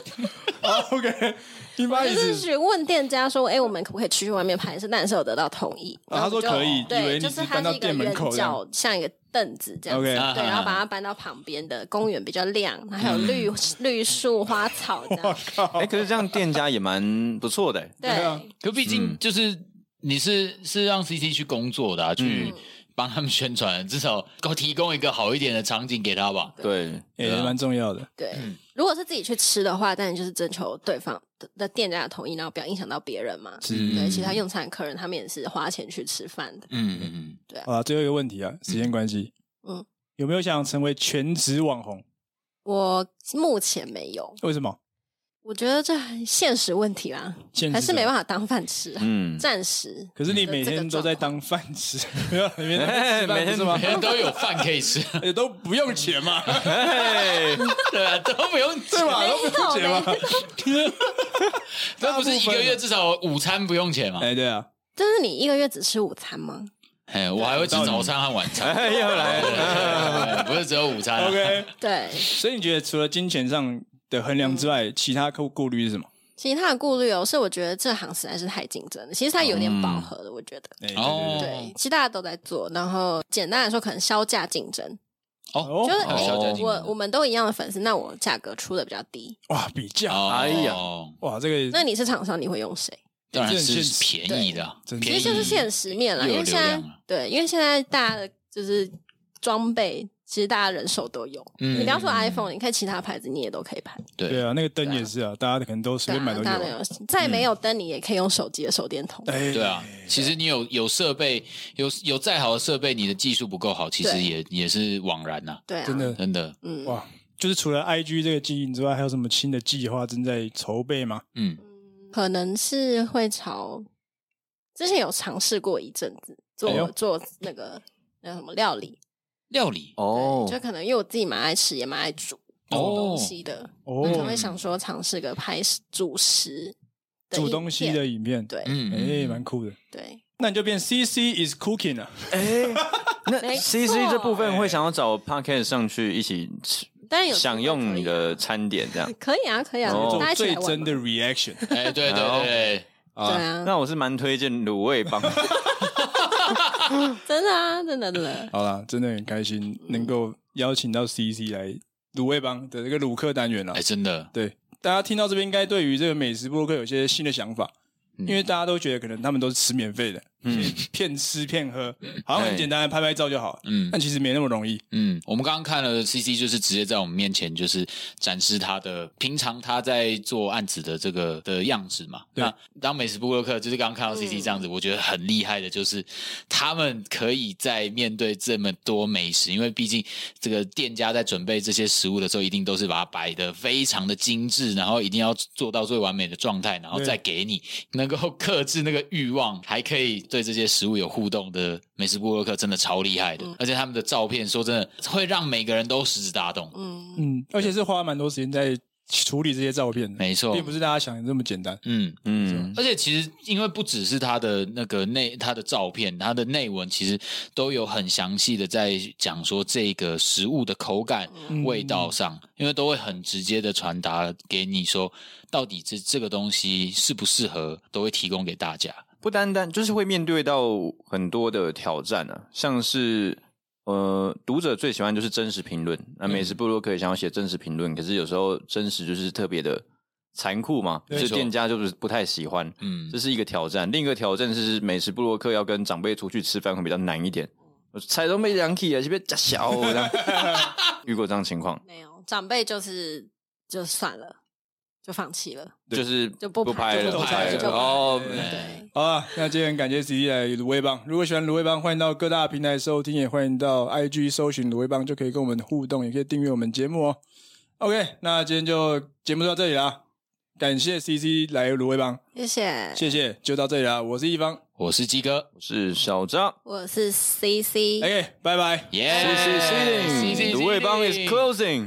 哦 OK，你把就椅是子，询问店家说：“哎、我们可不可以出去外面拍摄？”但是有得到同意。啊然后我他说可以们就以为对，你就是是它搬到是一个店门圆口这样角，像一个凳子这样子。 OK 啊对，然后把它搬到旁边的公园，比较亮，然后还有绿、嗯绿树、花草这样。哎，可是这样店家也蛮不错的，哎对，对啊可毕竟就是你是是让 CC 去工作的、啊，去嗯帮他们宣传，至少 够提供一个好一点的场景给他吧。对，也蛮重要的。对，如果是自己去吃的话，当然就是征求对方的的店家的同意，然后不要影响到别人嘛。嗯对，其他用餐的客人他们也是花钱去吃饭的。嗯嗯 嗯，好啦，最后一个问题啊，时间关系，嗯嗯，有没有想成为全职网红？我目前没有，为什么？我觉得这很现实问题啦，现实还是没什么办法当饭吃、啊。嗯，暂时，可是你每天都在当饭吃， 没有每天都在吃 哎每饭天不是吗每？天都有饭可以 吃，也都不用钱嘛，哎，对啊，都不用吃对吧？没都不用钱嘛。这不是一个月至少午餐不用钱吗？啊哎，对啊，但是你一个月只吃午餐吗？哎，我还会吃早餐和晚餐，哎，又来了，哎不是只有午餐、啊。 OK。对，所以你觉得除了金钱上的衡量之外，其他顾顾虑是什么？其他的顾虑哦，是我觉得这行实在是太竞争了，其实它有点哦饱和了，我觉得。哎哦对，其实大家都在做，然后简单来说，可能销价竞争，哦，就是、哦哦销价竞诶争我我们都一样的粉丝，那我价格出的比较低，哇，比价哦哎呀哇，这嗯个那你是厂商，你会用谁？当然是便宜的啊，对其便实宜就是现实面啦，又有因为现在流量啊对，因为现在大家的就是装备，其实大家人手都有。嗯你不要说 iPhone，你看其他牌子你也都可以拍。对啊，那个灯也是啊，大家可能都随对便买啊都，有大家都啊。有。再没有灯，你也可以用手机的手电筒。哎，嗯对啊，其实你有有设备，有有再好的设备，你的技术不够好，其实对也也是枉然呐、对啊，真的真的。嗯，哇，就是除了 IG 这个经营之外，还有什么新的计划正在筹备吗？嗯，可能是会朝之前有尝试过一阵子做、哎呦做那个那什么料理，料理哦对，就可能因为我自己蛮爱吃，也蛮爱煮哦煮东西的，我可能哦，会想说尝试个拍主食的煮影东西片的影片，对嗯，哎，蛮酷的。对，那你就变 CC is cooking 啊了，哎，那没 C 错 C 这部分会想要找 Podcast 上去一起吃，当然有享用你的机餐点这样。会可以啊，可以啊，可以啊哦大家一起最来玩真嘛的 reaction。 哎，对对对对，对啊，那我是蛮推荐卤味帮，真的啊，真的真的，好啦，真的很开心能够邀请到 CC 来卤味帮的这个卤客单元啦啊哎，。真的，对，大家听到这嗯边应该对于这个美食布洛克有些新的想法，因为大家都觉得可能他们都是吃免费的，嗯，骗吃 骗喝，好像很简单，拍拍照就好。嗯但其实没那么容易。嗯，我们刚刚看了 C C，就是直接在我们面前就是展示他的平常他在做案子的这个的样子嘛。对那当美食部落客就是刚刚看到 C C 这样子，我觉得很厉害的，就是他们可以在面对这么多美食，因为毕竟这个店家在准备这些食物的时候，一定都是把它摆的非常的精致，然后一定要做到最完美的状态，然后再给你能够克制那个欲望，还可以对这些食物有互动的美食部落客，真的超厉害的。而且他们的照片，说真的，会让每个人都食指大动。嗯，嗯，而且是花蛮多时间在处理这些照片的，没错并不是大家想的这么简单。嗯，嗯，而且其实因为不只是他的那个内，他的照片，他的内文其实都有很详细的在讲说这个食物的口感、味道上，因为都会很直接的传达给你说，到底这这个东西适不适合，都会提供给大家。不单单就是会面对到很多的挑战啊，像是呃，读者最喜欢就是真实评论。那美食部落客也想要写真实评论，可是有时候真实就是特别的残酷嘛，没就错是店家就是不太喜欢，嗯这，是一个挑战。另一个挑战是美食部落客要跟长辈出去吃饭会比较难一点。我菜都没量起啊，这边加小哦这样，遇过这样情况，没有长辈就是就算了，就放弃了，对就是就不拍就了，不不拍拍了就不拍哦，对，好啊，那今天很感谢 C D 来卤味棒。如果喜欢卤味棒，欢迎到各大平台收听，也欢迎到 I G 搜寻卤味棒，就可以跟我们互动，也可以订阅我们节目哦。OK，那今天就节目就到这里啦，感谢 C C 来卤味棒，谢谢，谢谢，就到这里啦。我是一方我是鸡哥，我是小张。我是 C C，哎，OK，拜拜。耶、 CC 哎谢谢 Ceiling，卤味帮 is closing。